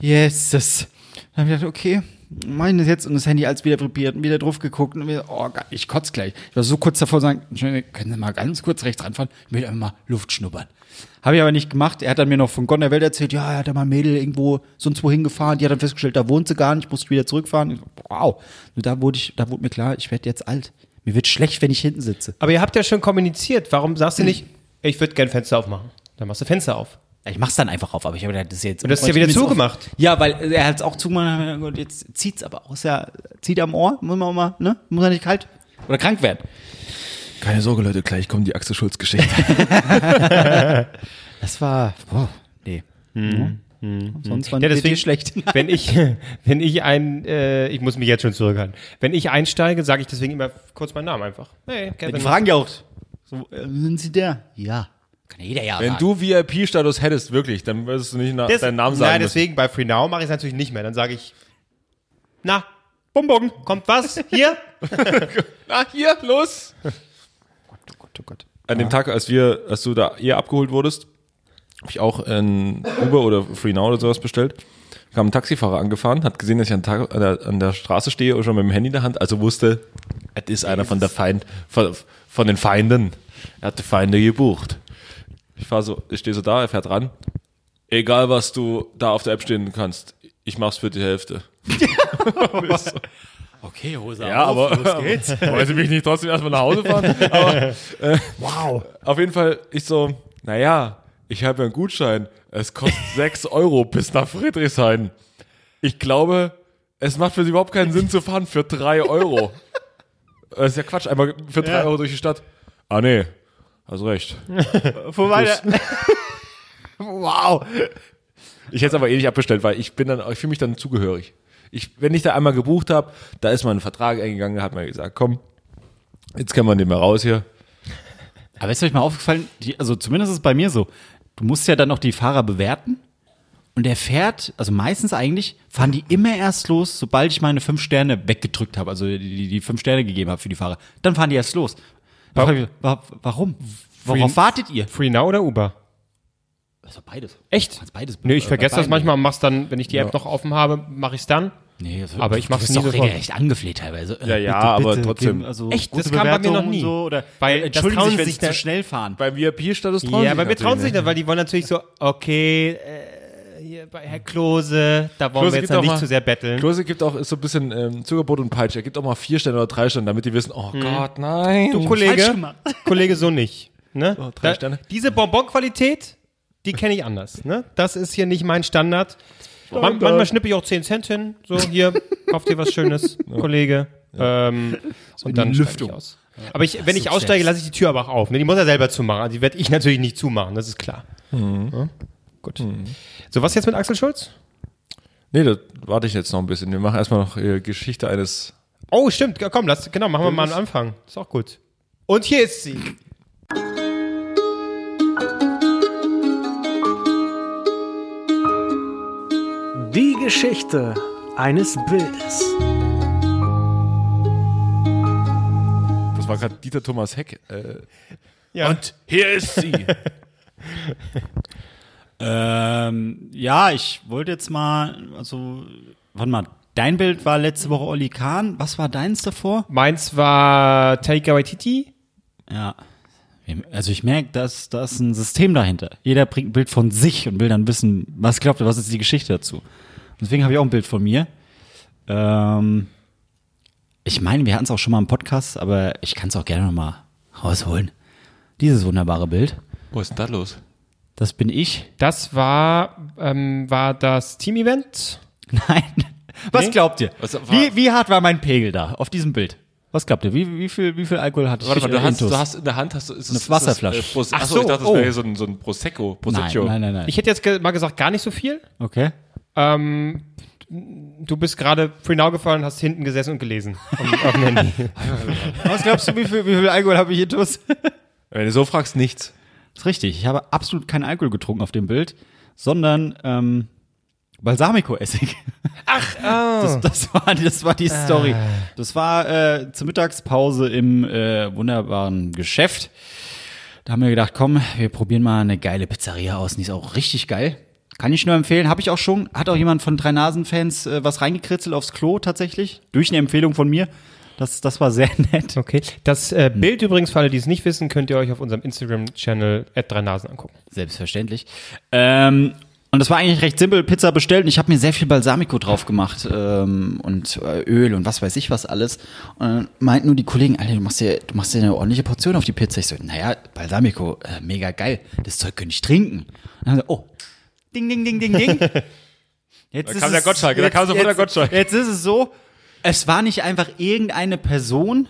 [SPEAKER 3] Yes. das- Dann habe ich gedacht, okay, meine jetzt und das Handy als wieder probiert und wieder drauf geguckt und wieder, oh Gott, ich kotze gleich. Ich war so kurz davor zu sagen, Entschuldigung, können Sie mal ganz kurz rechts ranfahren? Ich will einfach mal Luft schnuppern. Habe ich aber nicht gemacht. Er hat dann mir noch von Gott der Welt erzählt, ja, er hat da mal ein Mädel irgendwo sonst wohin gefahren. Die hat dann festgestellt, da wohnt sie gar nicht, musste wieder zurückfahren. Ich so, wow. Und da wurde ich, da wurde mir klar, ich werde jetzt alt. Mir wird schlecht, wenn ich hinten sitze.
[SPEAKER 1] Aber ihr habt ja schon kommuniziert. Warum sagst du nicht, ich würde gern Fenster aufmachen? Dann machst du Fenster auf.
[SPEAKER 5] Ja, Ich mach's dann einfach auf, aber ich habe gedacht, das ist jetzt.
[SPEAKER 1] Und das ist ja wieder zugemacht.
[SPEAKER 5] Ja, weil
[SPEAKER 3] äh, Er hat es auch zugemacht und jetzt zieht's aber aus. Ja, zieht am Ohr, muss man auch mal, ne? Muss er nicht kalt oder krank werden.
[SPEAKER 4] Keine Sorge, Leute, gleich kommt die Axel Schulz-Geschichte.
[SPEAKER 3] Das war, boah, nee. Mhm. Sonst war
[SPEAKER 1] Hm, Ja,
[SPEAKER 3] ja,
[SPEAKER 1] deswegen-
[SPEAKER 3] schlecht.
[SPEAKER 1] Wenn ich, [LAUGHS] wenn ich ein, äh, ich muss mich jetzt schon zurückhalten. Wenn ich einsteige, sage ich deswegen immer kurz meinen Namen einfach. Hey, Kevin.
[SPEAKER 3] Die fragen ja auch, so, äh, sind sie der? Ja.
[SPEAKER 5] kann jeder ja.
[SPEAKER 4] Wenn
[SPEAKER 5] sagen.
[SPEAKER 4] du VIP-Status hättest, wirklich, dann würdest du nicht nach,
[SPEAKER 1] Des-
[SPEAKER 4] deinen Namen sagen.
[SPEAKER 1] Nein,
[SPEAKER 4] müssen.
[SPEAKER 1] deswegen bei Free Now mache ich es natürlich nicht mehr. Dann sage ich, na, Bonbon, kommt was? Hier?
[SPEAKER 4] Na, hier, los! An dem Tag, als wir, als du da eher abgeholt wurdest, habe ich auch ein Uber oder FreeNow oder sowas bestellt. Kam ein Taxifahrer angefahren, hat gesehen, dass ich an, Ta- an, der, an der Straße stehe und schon mit dem Handy in der Hand, also wusste, es ist einer von der Feind, von, von den Feinden. Er hatte Feinde gebucht. Ich fahr so, ich stehe so da, er fährt ran. Egal, was du da auf der App stehen kannst, ich mach's für die Hälfte.
[SPEAKER 5] okay, Hose.
[SPEAKER 4] Ja, aber [LAUGHS] wollte mich nicht trotzdem erstmal nach Hause fahren. Aber, äh, wow. Auf jeden Fall, ich so, naja, ich habe ja einen Gutschein. Es kostet 6 Euro bis nach Friedrichshain. Ich glaube, es macht für sie überhaupt keinen Sinn zu fahren für 3 Euro. Das ist ja Quatsch, einmal für 3 Euro durch die Stadt. Ah, nee, hast recht.
[SPEAKER 1] Vorbei.
[SPEAKER 4] Wow. Ich hätte es aber eh nicht abbestellt, weil ich bin dann, ich fühle mich dann zugehörig. Ich, wenn ich da einmal gebucht habe, da ist mein Vertrag eingegangen, da hat man gesagt, komm, jetzt kann man nicht mehr raus hier.
[SPEAKER 3] Aber ist euch mal aufgefallen, die, also zumindest ist es bei mir so, du musst ja dann auch die Fahrer bewerten. Und der fährt, also meistens eigentlich, fahren die immer erst los, sobald ich meine fünf Sterne weggedrückt habe, also die- die, die fünf Sterne gegeben habe für die Fahrer. Dann fahren die erst los. Dann frag ich mich, wa- Warum? Worauf
[SPEAKER 1] Free-
[SPEAKER 3] wartet ihr?
[SPEAKER 1] Free Now oder Uber?
[SPEAKER 3] Also beides.
[SPEAKER 1] Echt?
[SPEAKER 3] Kannst beides
[SPEAKER 1] Nee, ich
[SPEAKER 3] bei
[SPEAKER 1] vergesse das
[SPEAKER 3] beiden.
[SPEAKER 1] manchmal, mach's dann, wenn ich die App noch offen habe, mache ich's dann.
[SPEAKER 3] Nee, also,
[SPEAKER 1] Aber ich mach's
[SPEAKER 3] es
[SPEAKER 1] nie
[SPEAKER 3] doch
[SPEAKER 1] sofort.
[SPEAKER 3] regelrecht angefleht teilweise.
[SPEAKER 4] Ja, ja, aber trotzdem.
[SPEAKER 3] also
[SPEAKER 1] Echt?
[SPEAKER 3] gute
[SPEAKER 1] Das kam bei mir
[SPEAKER 3] Bewertungen
[SPEAKER 1] noch nie.
[SPEAKER 3] und So, oder,
[SPEAKER 1] Weil
[SPEAKER 3] Weil
[SPEAKER 1] das
[SPEAKER 3] entschuldigen
[SPEAKER 1] trauen
[SPEAKER 3] sich, wenn
[SPEAKER 1] sich
[SPEAKER 3] sie
[SPEAKER 1] da-
[SPEAKER 3] zu schnell fahren.
[SPEAKER 4] Beim VIP-Status trauen
[SPEAKER 1] Ja, aber wir trauen sich nicht, weil die wollen natürlich so, okay, äh, hier bei Herr Klose, da wollen wir
[SPEAKER 4] Klose gibt
[SPEAKER 1] jetzt dann
[SPEAKER 4] doch
[SPEAKER 1] nicht
[SPEAKER 4] mal-
[SPEAKER 1] zu sehr betteln.
[SPEAKER 4] Klose gibt auch ist so ein bisschen ähm, Zuckerbrot und Peitsche. Er gibt auch mal vier Sterne oder drei Sterne, damit die wissen, oh Gott, nein.
[SPEAKER 1] Du Kollege,
[SPEAKER 3] falsch gemacht. [LAUGHS]
[SPEAKER 1] Kollege so nicht. Ne?
[SPEAKER 4] drei Sterne.
[SPEAKER 1] Diese Bonbon-Qualität, die kenne ich anders. Ne? Das ist hier nicht mein Standard. Man, manchmal schnippe ich auch 10 Cent hin. So, hier, kauf dir was Schönes, Kollege. Ähm, und dann steige ich aus. Aber ich, wenn ich
[SPEAKER 3] Substanz.
[SPEAKER 1] aussteige, lasse ich die Tür aber auch auf. Ne? Die muss er selber zumachen. Also Die werde ich natürlich nicht zumachen, das ist klar. Ja? Gut. So, was jetzt mit Axel Schulz?
[SPEAKER 4] Nee, da warte ich jetzt noch ein bisschen. Wir machen erstmal noch äh, Geschichte eines.
[SPEAKER 1] Oh, stimmt. Ja, Komm, lass, genau, machen wir mal am Anfang. Ist auch gut. Und hier ist sie.
[SPEAKER 6] Die Geschichte eines Bildes.
[SPEAKER 4] Das war gerade Dieter Thomas Heck. Äh,
[SPEAKER 1] Ja.
[SPEAKER 4] hier ist sie.
[SPEAKER 3] [LAUGHS] Ähm, ja, ich wollte jetzt mal, also, warte mal, dein Bild war letzte Woche Oli Kahn. Was war deins davor?
[SPEAKER 1] Meins war Taika Waititi.
[SPEAKER 3] Ja. Also ich merke, dass da ist ein System dahinter. Jeder bringt ein Bild von sich und will dann wissen, was glaubt er, was ist die Geschichte dazu. Deswegen habe ich auch ein Bild von mir. Ähm, ich meine, wir hatten es auch schon mal im Podcast, aber ich kann es auch gerne nochmal rausholen. Dieses wunderbare Bild,
[SPEAKER 4] Wo ist denn da los?
[SPEAKER 3] das bin ich.
[SPEAKER 1] Das war, ähm, war das Team-Event.
[SPEAKER 3] [LAUGHS] Nein. Was glaubt ihr?
[SPEAKER 4] Was war-
[SPEAKER 3] wie, wie hart war mein Pegel da auf diesem Bild? Was glaubt ihr? Wie, wie, viel, wie viel Alkohol hatte
[SPEAKER 4] Warte
[SPEAKER 3] ich?
[SPEAKER 4] mal, du
[SPEAKER 3] äh,
[SPEAKER 4] hast,
[SPEAKER 3] Intus?
[SPEAKER 4] du hast in der Hand hast du ist
[SPEAKER 3] Eine
[SPEAKER 4] es,
[SPEAKER 3] Wasserflasche.
[SPEAKER 4] Ist das, äh, Pros-
[SPEAKER 1] Ach
[SPEAKER 4] Achso,
[SPEAKER 1] so,
[SPEAKER 4] ich dachte, das
[SPEAKER 1] oh.
[SPEAKER 4] wäre hier so ein, so ein Prosecco,
[SPEAKER 3] nein,
[SPEAKER 4] Prosecco.
[SPEAKER 3] nein, nein, nein.
[SPEAKER 1] Ich hätte jetzt ge mal gesagt, gar nicht so viel.
[SPEAKER 3] okay.
[SPEAKER 1] Ähm, du bist gerade Free Now gefallen, hast hinten gesessen und gelesen. Auf, auf dem Handy.
[SPEAKER 3] Was glaubst du, wie viel, wie viel Alkohol habe ich intus?
[SPEAKER 4] Wenn du so fragst, nichts.
[SPEAKER 3] Ist richtig. Ich habe absolut keinen Alkohol getrunken auf dem Bild, sondern ähm, Balsamico-Essig. [LAUGHS] Ach, oh. Ah. das, das, war, das war die Story. Das war äh, zur Mittagspause im äh, wunderbaren Geschäft. Da haben wir gedacht, komm, wir probieren mal eine geile Pizzeria aus. Und die ist auch richtig geil. Kann ich nur empfehlen. Habe ich auch schon. Hat auch jemand von drei Nasen-Fans äh, was reingekritzelt aufs Klo tatsächlich? Durch eine Empfehlung von mir. Das, das war sehr [LAUGHS] nett.
[SPEAKER 1] Okay. Das äh, Bild übrigens, für alle, die es nicht wissen, könnt ihr euch auf unserem Instagram-Channel @dreinasen angucken.
[SPEAKER 3] Selbstverständlich. Ähm, und das war eigentlich recht simpel, Pizza bestellt und ich habe mir sehr viel Balsamico drauf gemacht ähm, und äh, Öl und was weiß ich was alles. Und dann meinten nur die Kollegen, Alter, du machst dir, du machst dir eine ordentliche Portion auf die Pizza. Ich so, naja, Balsamico, äh, mega geil, das Zeug könnte ich trinken. Und dann haben sie, oh, ding, ding, ding, ding,
[SPEAKER 4] [LAUGHS]
[SPEAKER 3] ding. Jetzt
[SPEAKER 4] kam der Gottschalk, da kam sofort der Gottschalk.
[SPEAKER 3] Jetzt ist es so, es war nicht einfach irgendeine Person,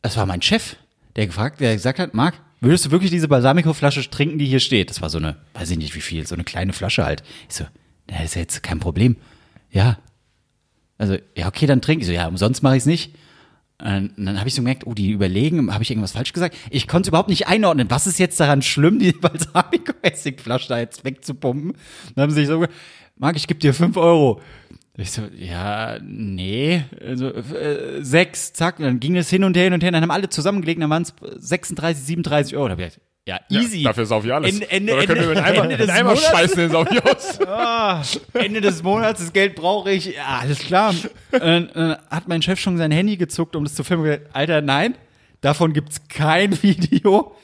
[SPEAKER 3] es war mein Chef, der gefragt, der gesagt hat, Marc, würdest du wirklich diese Balsamico-Flasche trinken, die hier steht? Das war so eine, weiß ich nicht wie viel, so eine kleine Flasche halt. Ich so, na, ist ja jetzt kein Problem. Ja. Also, ja, okay, dann trink. Ich so, ja, umsonst mache ich es nicht. Und dann habe ich so gemerkt, oh, die überlegen, habe ich irgendwas falsch gesagt? Ich konnte es überhaupt nicht einordnen. Was ist jetzt daran schlimm, die [LAUGHS] Balsamico-Essigflasche da jetzt wegzupumpen? Dann haben sie sich so gesagt, Marc, ich gebe dir fünf Euro. Ich so, ja, nee, also äh, sechs, zack, und dann ging es hin und her, hin und her, und dann haben alle zusammengelegt, dann waren es 36, 37 Euro. Da hab ich gesagt, ja, easy.
[SPEAKER 4] dafür saufe ich alles.
[SPEAKER 3] Ende, Ende,
[SPEAKER 4] Oder
[SPEAKER 3] Ende,
[SPEAKER 4] können
[SPEAKER 3] Ende,
[SPEAKER 4] wir mit einmal,
[SPEAKER 3] des
[SPEAKER 4] mit einmal
[SPEAKER 3] Monats, Ah,
[SPEAKER 4] scheißen den Saufi
[SPEAKER 3] [LAUGHS]
[SPEAKER 4] aus.
[SPEAKER 3] Ende des Monats, das Geld brauche ich. Ja, alles klar. äh, äh, hat mein Chef schon sein Handy gezuckt, um das zu filmen. Und gesagt, Alter, nein, davon gibt's kein [LAUGHS] Video.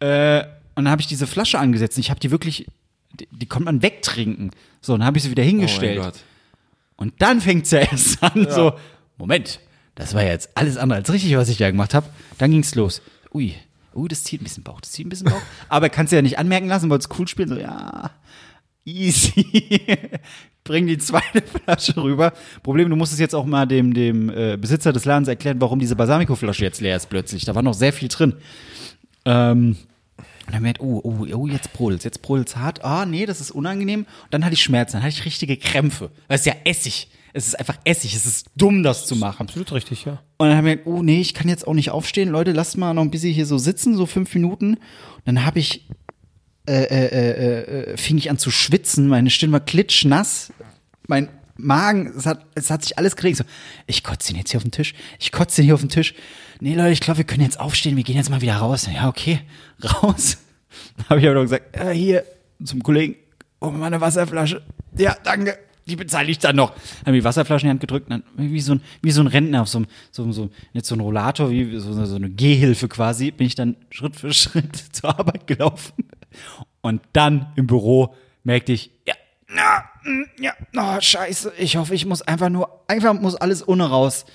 [SPEAKER 3] Äh, und dann habe ich diese Flasche angesetzt. Und Ich habe die wirklich, die, die konnte man wegtrinken. So, dann habe ich sie wieder hingestellt. Und dann fängt's ja erst an, so, Moment, das war jetzt alles andere als richtig, was ich da gemacht habe. Dann ging's los. Ui, ui, das zieht ein bisschen Bauch, das zieht ein bisschen Bauch. Aber kannst du ja nicht anmerken lassen, wollt's cool spielen, so, ja, easy. [LAUGHS] Bring die zweite Flasche rüber. Problem, du musst es jetzt auch mal dem, dem äh, Besitzer des Ladens erklären, warum diese Balsamico-Flasche jetzt leer ist plötzlich. Da war noch sehr viel drin. Ähm, Und dann merkt, oh, oh, oh, jetzt brodelt's, jetzt brodelt's hart. Ah, nee, das ist unangenehm. Und dann hatte ich Schmerzen, dann hatte ich richtige Krämpfe. Das ist ja Essig. Es ist einfach Essig. Es ist dumm, das zu machen.
[SPEAKER 1] Absolut richtig, ja.
[SPEAKER 3] Und dann haben wir gedacht, oh nee, ich kann jetzt auch nicht aufstehen. Leute, lasst mal noch ein bisschen hier so sitzen, so fünf Minuten. Und dann habe ich, äh, äh, äh, äh, fing ich an zu schwitzen. Meine Stimme war klitschnass. Mein Magen, es hat, es hat sich alles geregelt. So, ich kotze den jetzt hier auf den Tisch. Ich kotze den hier auf den Tisch. Nee, Leute, ich glaube, wir können jetzt aufstehen. Wir gehen jetzt mal wieder raus. Ja, okay, [LAUGHS] raus. Dann habe ich aber noch gesagt, äh, hier, zum Kollegen, oh, meine Wasserflasche. Ja, danke. Die bezahle ich dann noch. Dann die Wasserflaschen in die Hand gedrückt und dann wie so ein, wie so ein Rentner auf so einem, so, einem- so, einem- jetzt so ein Rollator, wie so, so eine Gehhilfe quasi, bin ich dann Schritt für [LAUGHS] Schritt zur Arbeit gelaufen. Und dann im Büro merkte ich, ja, na, mm, ja, na, scheiße, ich hoffe, ich muss einfach nur, einfach muss alles ohne
[SPEAKER 1] [LAUGHS]
[SPEAKER 3] raus.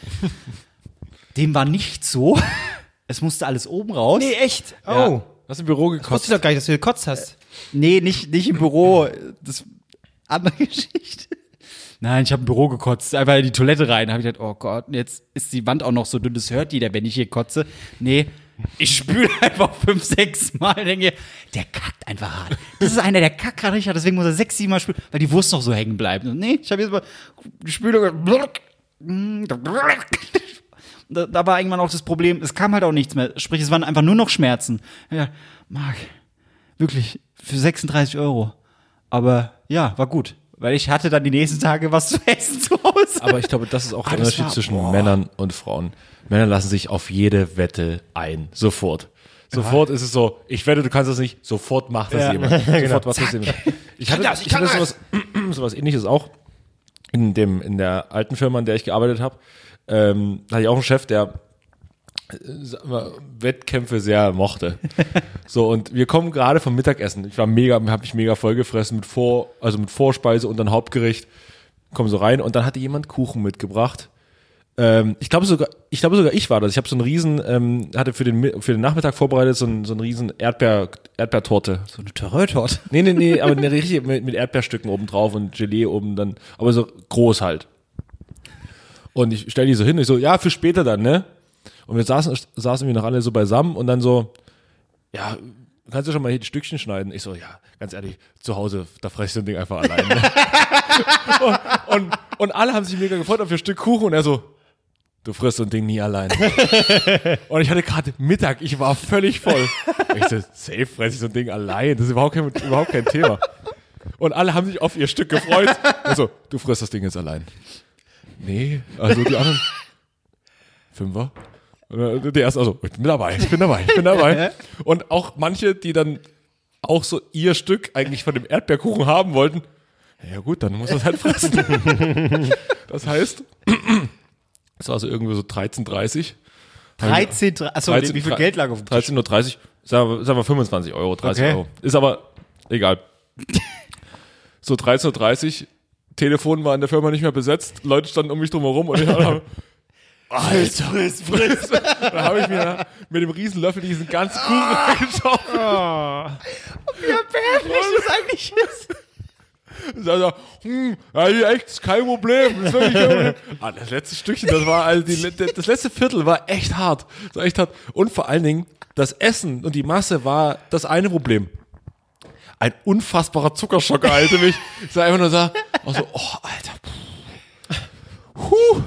[SPEAKER 3] Dem war nicht so. Es musste alles oben raus.
[SPEAKER 1] Nee, echt? Oh.
[SPEAKER 4] Hast im Büro
[SPEAKER 1] Ich wusste
[SPEAKER 4] gekotzt?
[SPEAKER 1] doch gar nicht, dass du gekotzt hast.
[SPEAKER 3] Nee, nicht, nicht im Büro. Das andere [LAUGHS] Geschichte. Nein, ich habe im Büro gekotzt, einfach in die Toilette rein. Habe ich gedacht, oh Gott, und jetzt ist die Wand auch noch so dünn, das hört jeder, wenn ich hier kotze. Nee, ich spüle [LAUGHS] einfach fünf, sechs Mal und denke, der kackt einfach hart. Das ist einer, der kackt gerade richtig hart, deswegen muss er sechs, sieben Mal spülen, weil die Wurst noch so hängen bleibt. Und nee, ich habe jetzt mal gespült und [LAUGHS] da, da war irgendwann auch das Problem, es kam halt auch nichts mehr. Sprich, es waren einfach nur noch Schmerzen. Ja, Marc, wirklich, für 36 Euro. Aber ja, war gut. Weil ich hatte dann die nächsten Tage was zu essen zu Hause.
[SPEAKER 4] Aber ich glaube, das ist auch der
[SPEAKER 3] Ah, das
[SPEAKER 4] Unterschied
[SPEAKER 3] war-
[SPEAKER 4] zwischen Männern und Frauen. Männer lassen sich auf jede Wette ein. Sofort. Sofort ist es so, ich wette, du kannst das nicht. Sofort macht
[SPEAKER 3] [LAUGHS]
[SPEAKER 4] das jemand.
[SPEAKER 3] Genau.
[SPEAKER 4] Sofort macht das jemand. Ich hatte, ich hatte sowas, [CLEARS THROAT] sowas ähnliches auch in, dem, in der alten Firma, in der ich gearbeitet habe. Ähm, da hatte ich auch einen Chef, der äh, Wettkämpfe sehr
[SPEAKER 3] [LAUGHS]
[SPEAKER 4] mochte. So, und wir kommen gerade vom Mittagessen. Ich war mega, hab mich mega vollgefressen mit Vor, also mit Vorspeise und dann Hauptgericht. Komm so rein und dann hatte jemand Kuchen mitgebracht. Ähm, ich glaube sogar, ich glaube sogar ich war das. Ich habe so einen riesen, ähm, hatte für den, Mi- für den Nachmittag vorbereitet so einen, so einen riesen Erdbeer, Erdbeertorte.
[SPEAKER 3] So eine [LAUGHS] Terrortorte.
[SPEAKER 4] Nee, nee, nee, aber eine richtige mit, mit Erdbeerstücken oben drauf und Gelee oben dann, aber so groß halt. Und ich stell die so hin, ich so, ja, für später dann, ne? Und wir saßen, saßen wir noch alle so beisammen und dann so, ja, kannst du schon mal hier die Stückchen schneiden? Ich so, ja, ganz ehrlich, zu Hause, da fresse ich so ein Ding einfach alleine. [LAUGHS] und, und, und alle haben sich mega gefreut auf ihr Stück Kuchen und er so, du frisst so ein Ding nie allein. und ich hatte gerade Mittag, ich war völlig voll. Und ich so, safe fresse ich so ein Ding allein, das ist überhaupt kein, überhaupt kein Thema. Und alle haben sich auf ihr Stück gefreut. Also, du frisst das Ding jetzt allein. Nee, also die anderen. Fünfer. Und dann Der erste, also, ich bin dabei, ich bin dabei, ich bin dabei. Und auch manche, die dann auch so ihr Stück eigentlich von dem Erdbeerkuchen haben wollten. Ja gut, dann muss das halt fressen. das heißt, [CLEARS THROAT] es war so irgendwie so 13,30.
[SPEAKER 3] 13, Dra- achso,
[SPEAKER 4] 13,
[SPEAKER 3] wie viel Geld lag auf dem Tisch?
[SPEAKER 4] 13.30 Uhr, sagen wir, sagen wir 25 Euro, 30
[SPEAKER 3] Okay.
[SPEAKER 4] Euro. Ist aber
[SPEAKER 3] [LAUGHS]
[SPEAKER 4] egal. so 13.30 Uhr, Telefon war in der Firma nicht mehr besetzt, Leute standen um mich drum herum und
[SPEAKER 3] [LAUGHS]
[SPEAKER 4] ich habe. Alter, friss, friss. [LAUGHS] Da habe ich mir mit dem Riesenlöffel diesen ganzen Kuchen
[SPEAKER 3] Ah.
[SPEAKER 4] reingeschaufelt. Sagt er, hm, ja, hier echt, ist kein Problem, ist wirklich kein Problem. Ah, das letzte Stückchen, das war, also die, das letzte Viertel war echt hart. Das war echt hart. Und vor allen Dingen, das Essen und die Masse war das eine Problem. Ein unfassbarer Zuckerschock ereilte mich. Ich sah einfach nur so, auch so, oh, Alter. puh. Huh.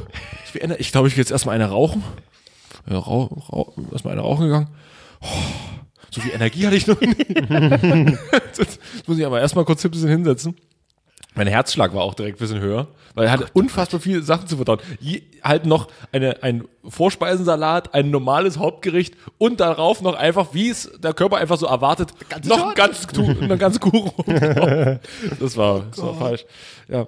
[SPEAKER 4] Ich, bin- ich glaube, ich gehe jetzt erstmal eine rauchen. Ja, rau, rau, erstmal eine rauchen gegangen. Oh, so viel Energie hatte ich noch nie. [LAUGHS] Jetzt muss ich aber erstmal kurz ein bisschen hinsetzen. Mein Herzschlag war auch direkt ein bisschen höher, weil er hatte unfassbar viele Sachen zu verdauen. Je, halt noch eine, ein Vorspeisensalat, ein normales Hauptgericht und darauf noch einfach, wie es der Körper einfach so erwartet, noch ein ganz, eine ganze Kuchen. das war, das war falsch. Ja.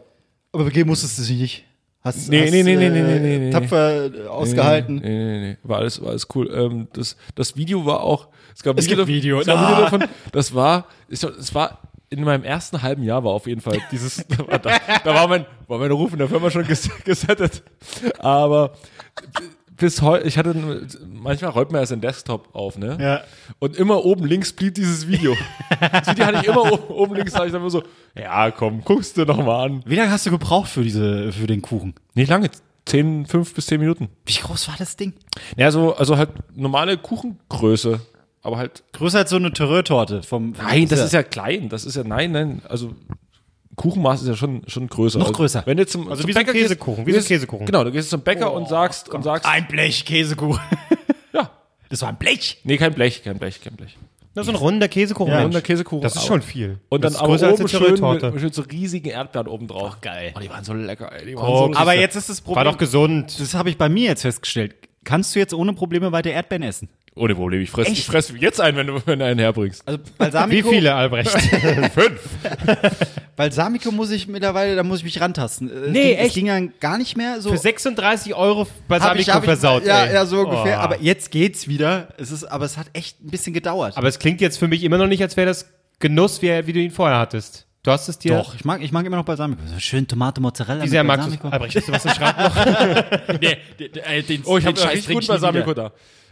[SPEAKER 3] Aber begehen musstest du sie nicht. Hast,
[SPEAKER 4] Nee, nee, nee, nee, nee, nee, nee, nee.
[SPEAKER 3] Tapfer äh, ausgehalten.
[SPEAKER 4] Nee, nee, nee, nee. War alles, war alles cool. Ähm, das, das Video war auch. Es gab es Video,
[SPEAKER 3] gibt Video.
[SPEAKER 4] Es gab Video davon. Das war, ich, glaub, es war in meinem ersten halben Jahr war auf jeden Fall dieses. [LAUGHS] da, war- da, da war mein, war mein Ruf in der Firma schon ges gesettet. Aber bis heute, ich hatte, manchmal rollt man erst den Desktop auf, ne?
[SPEAKER 3] Ja.
[SPEAKER 4] Und immer oben links blieb dieses
[SPEAKER 3] [LAUGHS]
[SPEAKER 4] Video. das Video hatte ich immer oben, oben links, da hab ich dann immer so, ja komm, guckst du noch mal an.
[SPEAKER 3] Wie lange hast du gebraucht für, diese, für den Kuchen?
[SPEAKER 4] Nicht lange, 10, 5 bis 10 Minuten.
[SPEAKER 3] Wie groß war das Ding?
[SPEAKER 4] Ja, so, also halt normale Kuchengröße. aber halt.
[SPEAKER 3] Größer als so eine Terreur-Torte vom.
[SPEAKER 4] Nein, das ist ja klein. Das ist ja, nein, nein. Also Kuchenmaß ist ja schon, schon größer.
[SPEAKER 3] Noch
[SPEAKER 4] also,
[SPEAKER 3] größer.
[SPEAKER 4] Wenn du zum,
[SPEAKER 1] Also
[SPEAKER 4] zum
[SPEAKER 1] wie so ein
[SPEAKER 4] Bäcker gehst-
[SPEAKER 1] Käsekuchen, wie so ein
[SPEAKER 4] gehst-
[SPEAKER 1] Käsekuchen. Oh
[SPEAKER 4] Genau, du gehst zum Bäcker und sagst, und sagst,
[SPEAKER 3] Ein Blech Käsekuchen. [LAUGHS]
[SPEAKER 4] ja.
[SPEAKER 3] Das war ein Blech.
[SPEAKER 4] Nee, kein Blech, kein Blech, kein Blech.
[SPEAKER 1] Das ist ein runder Käsekuchen.
[SPEAKER 4] Ja,
[SPEAKER 1] Mensch.
[SPEAKER 4] runder Käsekuchen,
[SPEAKER 1] Das ist
[SPEAKER 4] aber-
[SPEAKER 1] schon viel.
[SPEAKER 4] Und
[SPEAKER 1] das ist
[SPEAKER 4] dann aber
[SPEAKER 1] größer als
[SPEAKER 4] oben
[SPEAKER 1] eine
[SPEAKER 4] schön,
[SPEAKER 1] Terrortorte.
[SPEAKER 4] mit, schön so riesigen Erdbeeren oben drauf.
[SPEAKER 3] geil.
[SPEAKER 4] Oh, die waren so lecker, ey. Die waren
[SPEAKER 1] Oh,
[SPEAKER 4] so
[SPEAKER 1] Aber
[SPEAKER 3] Aber
[SPEAKER 1] Siehste.
[SPEAKER 3] jetzt ist das
[SPEAKER 1] War
[SPEAKER 3] Problem.
[SPEAKER 1] doch gesund.
[SPEAKER 3] das habe ich bei mir jetzt festgestellt. Kannst du jetzt ohne Probleme weiter Erdbeeren essen?
[SPEAKER 4] Ohne Problem, ich fresse ich fress jetzt einen, wenn du, wenn du einen herbringst.
[SPEAKER 3] Also
[SPEAKER 1] Wie
[SPEAKER 3] Balsamico,
[SPEAKER 1] viele, Albrecht?
[SPEAKER 3] [LAUGHS]
[SPEAKER 1] Fünf.
[SPEAKER 3] Balsamico muss ich mittlerweile, da muss ich mich rantasten.
[SPEAKER 1] Nee,
[SPEAKER 3] Äh, es ging,
[SPEAKER 1] echt?
[SPEAKER 3] Es ging dann gar nicht mehr so.
[SPEAKER 1] Für 36 Euro
[SPEAKER 3] Hab
[SPEAKER 1] Balsamico
[SPEAKER 3] ich- hab ich-
[SPEAKER 1] versaut.
[SPEAKER 3] Ja,
[SPEAKER 1] ey.
[SPEAKER 3] ja, so ungefähr.
[SPEAKER 1] Oh.
[SPEAKER 3] Aber jetzt geht's wieder. Es ist, aber es hat echt ein bisschen gedauert.
[SPEAKER 1] Aber es klingt jetzt für mich immer noch nicht, als wäre das Genuss, wie, wie du ihn vorher hattest. Du hast es dir.
[SPEAKER 3] Doch, ich mag, ich mag immer noch Balsamico. So schön Tomate, Mozzarella.
[SPEAKER 1] Wie
[SPEAKER 3] mit
[SPEAKER 1] sehr magst du
[SPEAKER 3] Balsamico.
[SPEAKER 1] es? Albrecht, hast du was zu schreiben? noch?
[SPEAKER 4] Oh, ich habe
[SPEAKER 3] Den Scheiß
[SPEAKER 4] richtig
[SPEAKER 3] trink ich
[SPEAKER 4] gut
[SPEAKER 3] nie
[SPEAKER 4] Balsamico da.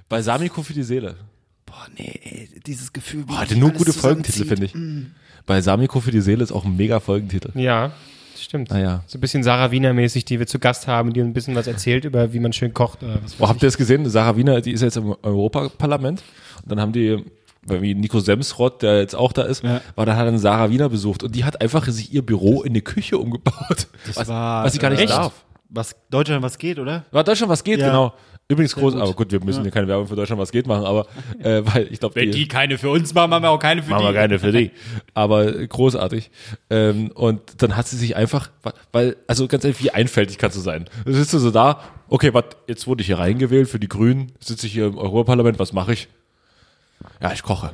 [SPEAKER 4] Balsamico für die Seele.
[SPEAKER 3] Boah, nee, ey, dieses Gefühl. wie
[SPEAKER 4] Oh,
[SPEAKER 3] sich
[SPEAKER 4] hatte nur
[SPEAKER 3] alles
[SPEAKER 4] gute Folgentitel,
[SPEAKER 3] zusammenzieht. Mhm.
[SPEAKER 4] finde ich. Balsamico für die Seele ist auch ein mega Folgentitel.
[SPEAKER 1] ja, stimmt.
[SPEAKER 4] Naja.
[SPEAKER 1] So ein bisschen Sarah Wiener-mäßig, die wir zu Gast haben, die ein bisschen was erzählt über, wie man schön kocht oder was.
[SPEAKER 4] Oh, habt ihr das gesehen? Sarah Wiener, die ist jetzt im Europaparlament. Und dann haben die, weil wie Nico Semsrott, der jetzt auch da ist, war dann hat dann Sarah Wiener besucht. Und die hat einfach sich ihr Büro in eine Küche umgebaut. was,
[SPEAKER 3] war,
[SPEAKER 4] was sie gar nicht
[SPEAKER 3] echt?
[SPEAKER 4] darf.
[SPEAKER 3] Was Deutschland was geht, oder?
[SPEAKER 4] War Deutschland, was geht,
[SPEAKER 3] Ja.
[SPEAKER 4] genau. Übrigens groß, aber gut, wir müssen hier keine Werbung für Deutschland, was geht machen, aber äh, weil ich glaube,
[SPEAKER 3] keine für uns machen, machen wir auch keine für
[SPEAKER 4] Machen wir keine für die. Aber großartig. Ähm, und dann hat sie sich einfach, weil, also ganz ehrlich, wie einfältig kannst du sein? Du sitzt du so da, okay, wat, jetzt wurde ich hier reingewählt für die Grünen, sitze ich hier im Europaparlament, was mache ich? Ja, ich [LAUGHS] koche.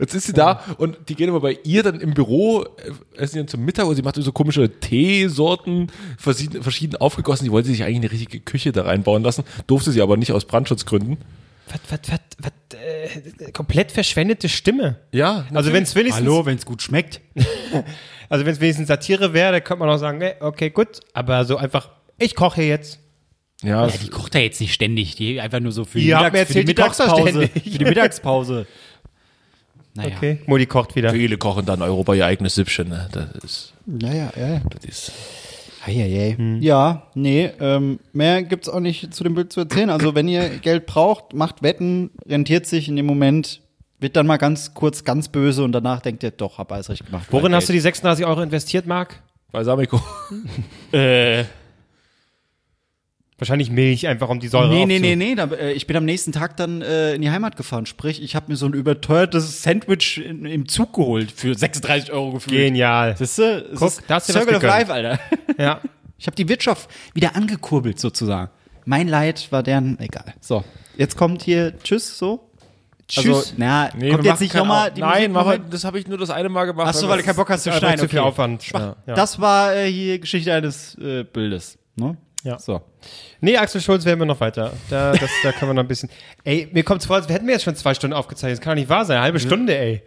[SPEAKER 4] Jetzt ist sie da und die gehen aber bei ihr dann im Büro, äh, essen die dann zum Mittag und sie macht so komische Teesorten, verschieden, verschieden aufgegossen. Die wollte sich eigentlich eine richtige Küche da reinbauen lassen, durfte sie aber nicht aus Brandschutzgründen.
[SPEAKER 1] Was, was, was, was, äh, komplett verschwendete Stimme.
[SPEAKER 4] Ja,
[SPEAKER 1] Also wenn es wenigstens,
[SPEAKER 3] Hallo, wenn es gut schmeckt.
[SPEAKER 1] also wenn es wenigstens Satire wäre, dann könnte man auch sagen, ey, okay, gut, aber so einfach, ich koche jetzt.
[SPEAKER 4] ja, es-
[SPEAKER 3] Also, Die kocht ja jetzt nicht ständig. Die einfach nur so für,
[SPEAKER 1] Ihr
[SPEAKER 3] die,
[SPEAKER 1] habt mir
[SPEAKER 3] Mittags, für die
[SPEAKER 1] erzählt, die kocht doch
[SPEAKER 3] Mittagspause.
[SPEAKER 1] ständig.
[SPEAKER 3] Für die Mittagspause. Naja.
[SPEAKER 1] Okay. Modi kocht wieder.
[SPEAKER 4] Viele kochen dann Europa ihr eigenes Süppchen. Ne? Das ist,
[SPEAKER 3] Naja, ja. Hm. ja.
[SPEAKER 4] das ist.
[SPEAKER 3] Eieiei. Ja, nee, ähm, mehr gibt's auch nicht zu dem Bild zu erzählen. Also, wenn ihr Geld braucht, macht Wetten, rentiert sich in dem Moment, wird dann mal ganz kurz ganz böse und danach denkt ihr, doch, hab alles richtig gemacht.
[SPEAKER 1] Worin hast du die 36 Euro investiert, Marc?
[SPEAKER 4] Balsamico.
[SPEAKER 1] Wahrscheinlich Milch, einfach um die Säure
[SPEAKER 3] Nee, nee,
[SPEAKER 1] aufzu-
[SPEAKER 3] nee, nee, da, äh, ich bin am nächsten Tag dann äh, in die Heimat gefahren. Sprich, ich habe mir so ein überteuertes Sandwich in, im Zug geholt für 36 Euro gefühlt.
[SPEAKER 1] Genial.
[SPEAKER 3] Siehst du? Es
[SPEAKER 1] Guck,
[SPEAKER 3] ist
[SPEAKER 1] da hast du dir was
[SPEAKER 3] Circle of
[SPEAKER 1] gegönnt.
[SPEAKER 3] Life, Alter.
[SPEAKER 1] Ja.
[SPEAKER 3] Ich habe die Wirtschaft wieder angekurbelt, sozusagen. Mein Leid war deren, egal. So, jetzt kommt hier Tschüss, so.
[SPEAKER 1] Tschüss.
[SPEAKER 3] Also, na, kommt jetzt nicht nochmal die
[SPEAKER 4] Nein,
[SPEAKER 3] Musik
[SPEAKER 4] mach
[SPEAKER 3] noch
[SPEAKER 4] mal, das habe ich nur das eine Mal gemacht.
[SPEAKER 3] Ach so, weil du keinen Bock hast zu
[SPEAKER 1] Einfach
[SPEAKER 3] schneiden.
[SPEAKER 1] Äh, zu viel
[SPEAKER 3] okay.
[SPEAKER 1] Aufwand. Ja. Ja.
[SPEAKER 3] Das war äh, hier Geschichte eines äh, Bildes. Ne?
[SPEAKER 1] Ja.
[SPEAKER 3] So.
[SPEAKER 1] Nee, Axel Schulz werden wir noch weiter. Da, das, da können wir noch ein bisschen. [LAUGHS] Ey, mir kommt es vor, als hätten wir jetzt schon zwei Stunden aufgezeichnet. Das kann doch nicht wahr sein. Eine halbe Stunde, ey.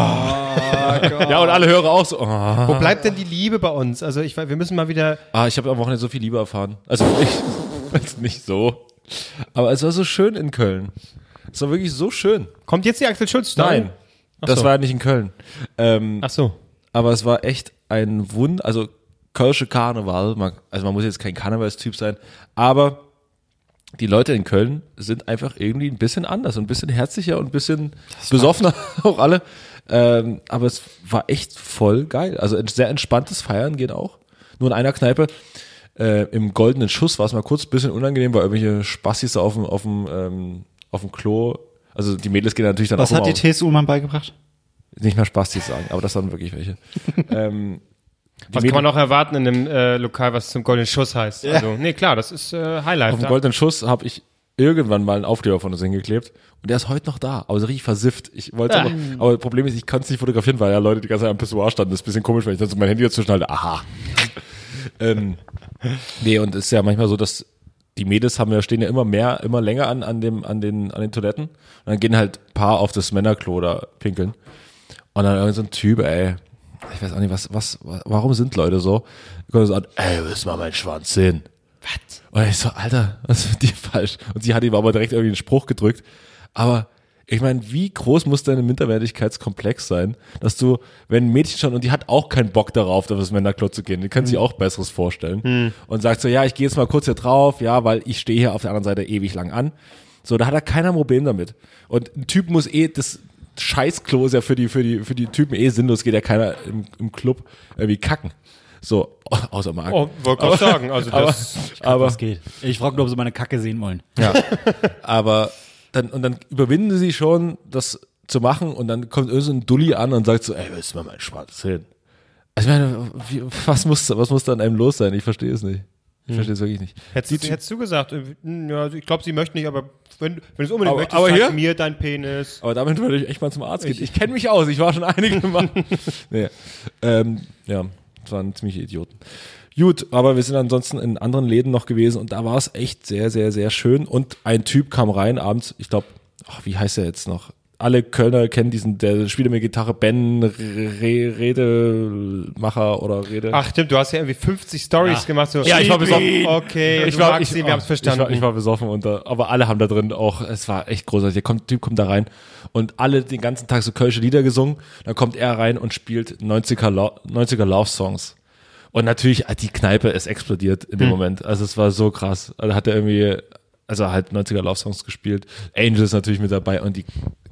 [SPEAKER 4] Ja, und alle Hörer auch so. Oh.
[SPEAKER 1] Wo bleibt denn die Liebe bei uns? Also, ich, wir müssen mal wieder.
[SPEAKER 4] Ah, ich habe am Wochenende so viel Liebe erfahren. Also [LAUGHS] ich, also nicht so. Aber es war so schön in Köln. Es war wirklich so schön.
[SPEAKER 1] Kommt jetzt die Axel Schulz?
[SPEAKER 4] Nein, das
[SPEAKER 1] so.
[SPEAKER 4] war ja nicht in Köln. Ähm,
[SPEAKER 1] Ach so.
[SPEAKER 4] aber es war echt ein Wund, also Kölsche Karneval, man, also man muss jetzt kein Karnevalstyp sein, aber die Leute in Köln sind einfach irgendwie ein bisschen anders und ein bisschen herzlicher und ein bisschen besoffener [LAUGHS] auch alle. Ähm, aber es war echt voll geil. Also ein sehr entspanntes Feiern geht auch. Nur in einer Kneipe. Äh, Im goldenen Schuss war es mal kurz ein bisschen unangenehm, weil irgendwelche Spassis da auf dem, auf dem, ähm, auf dem Klo. Also die Mädels gehen natürlich dann
[SPEAKER 3] Was
[SPEAKER 4] auch
[SPEAKER 3] hat
[SPEAKER 4] immer
[SPEAKER 3] dir
[SPEAKER 4] auf-
[SPEAKER 3] TSU mal beigebracht?
[SPEAKER 4] nicht mehr Spastis sagen, aber das waren wirklich
[SPEAKER 1] [LAUGHS]
[SPEAKER 4] welche. ähm, die
[SPEAKER 1] Was
[SPEAKER 4] Mädel-
[SPEAKER 1] kann man auch erwarten in einem äh, Lokal, was zum goldenen Schuss heißt? Also, nee, klar, das ist äh, Highlight.
[SPEAKER 4] Auf dem
[SPEAKER 1] Da-
[SPEAKER 4] goldenen Schuss habe ich irgendwann mal einen Aufkleber von uns hingeklebt und der ist heute noch da, aber so richtig versifft. Ich wollte aber, aber das Problem ist, ich kann es nicht fotografieren, weil ja Leute die ganze Zeit am Pissoir standen. Das ist ein bisschen komisch, wenn ich dann so mein Handy dazwischen halte. Aha. [LAUGHS] ähm, nee, und es ist ja manchmal so, dass die Mädels haben ja, stehen ja immer mehr, immer länger an, an, dem, an, den, an den Toiletten und dann gehen halt ein paar auf das Männerklo da pinkeln. Und dann irgend so ein Typ, ey. Ich weiß auch nicht, was, was, wa- warum sind Leute so? Die kommen so an, ey, willst du mal meinen Schwanz sehen? Was? Und ich so, Alter, was ist mit dir falsch? Und sie hat ihm aber direkt irgendwie einen Spruch gedrückt. Aber ich meine, wie groß muss dein Minderwertigkeitskomplex sein, dass du, wenn ein Mädchen schon, und die hat auch keinen Bock darauf, auf das Männerklo zu gehen, die kann sich auch Besseres vorstellen. Und sagt so, ja, ich gehe jetzt mal kurz hier drauf, ja, weil ich stehe hier auf der anderen Seite ewig lang an. So, da hat er keiner Problem damit. Und ein Typ muss eh, das Scheißklo ist ja für die, für die, für die Typen eh sinnlos, geht ja keiner im, im Club irgendwie kacken. So, außer Marc.
[SPEAKER 1] Oh, wollte gerade sagen, also das
[SPEAKER 4] aber,
[SPEAKER 3] Was geht? Ich frage nur, ob sie meine Kacke sehen wollen.
[SPEAKER 4] aber dann, und dann überwinden sie schon, das zu machen und dann kommt irgend so ein Dulli an und sagt so, ey, willst du mal meinen Schwanz sehen? Also ich meine, wie, was muss, was muss da an einem los sein? Ich verstehe es nicht. Ich verstehe es wirklich nicht.
[SPEAKER 1] Hm. hättest, hättest du gesagt. äh, hm, Ja, also ich glaube, sie möchten nicht, aber wenn, wenn du es unbedingt
[SPEAKER 4] Aber-
[SPEAKER 1] möchtest,
[SPEAKER 4] aber
[SPEAKER 1] zeig
[SPEAKER 4] hier?
[SPEAKER 1] mir dein Penis.
[SPEAKER 4] Aber damit würde ich echt mal zum Arzt gehen. Ich kenne mich aus, ich war schon [LAUGHS] einige Mal. nee. ähm, ja, das waren ziemliche Idioten. Gut, aber wir sind ansonsten in anderen Läden noch gewesen und da war es echt sehr, sehr, sehr schön. Und ein Typ kam rein abends, ich glaube, wie heißt er jetzt noch? Alle Kölner kennen diesen, der spielt immer Gitarre, Ben R- Re Redemacher oder Rede.
[SPEAKER 1] Ach stimmt, du hast ja irgendwie 50 Stories gemacht. So,
[SPEAKER 4] Ja, ich war besoffen.
[SPEAKER 1] Okay,
[SPEAKER 4] ich
[SPEAKER 1] du
[SPEAKER 4] war,
[SPEAKER 1] magst
[SPEAKER 4] ich,
[SPEAKER 1] ihn, wir haben es verstanden.
[SPEAKER 4] Ich war, ich war besoffen und da, aber alle haben da drin auch, es war echt großartig. Der kommt, Typ kommt da rein und alle den ganzen Tag so kölsche Lieder gesungen. Dann kommt er rein und spielt 90er, Lo- 90er Love Songs. Und natürlich, ah, die Kneipe ist explodiert in dem Moment. Also es war so krass. Also hat er irgendwie, also halt 90er Love Songs gespielt. Angel ist natürlich mit dabei und die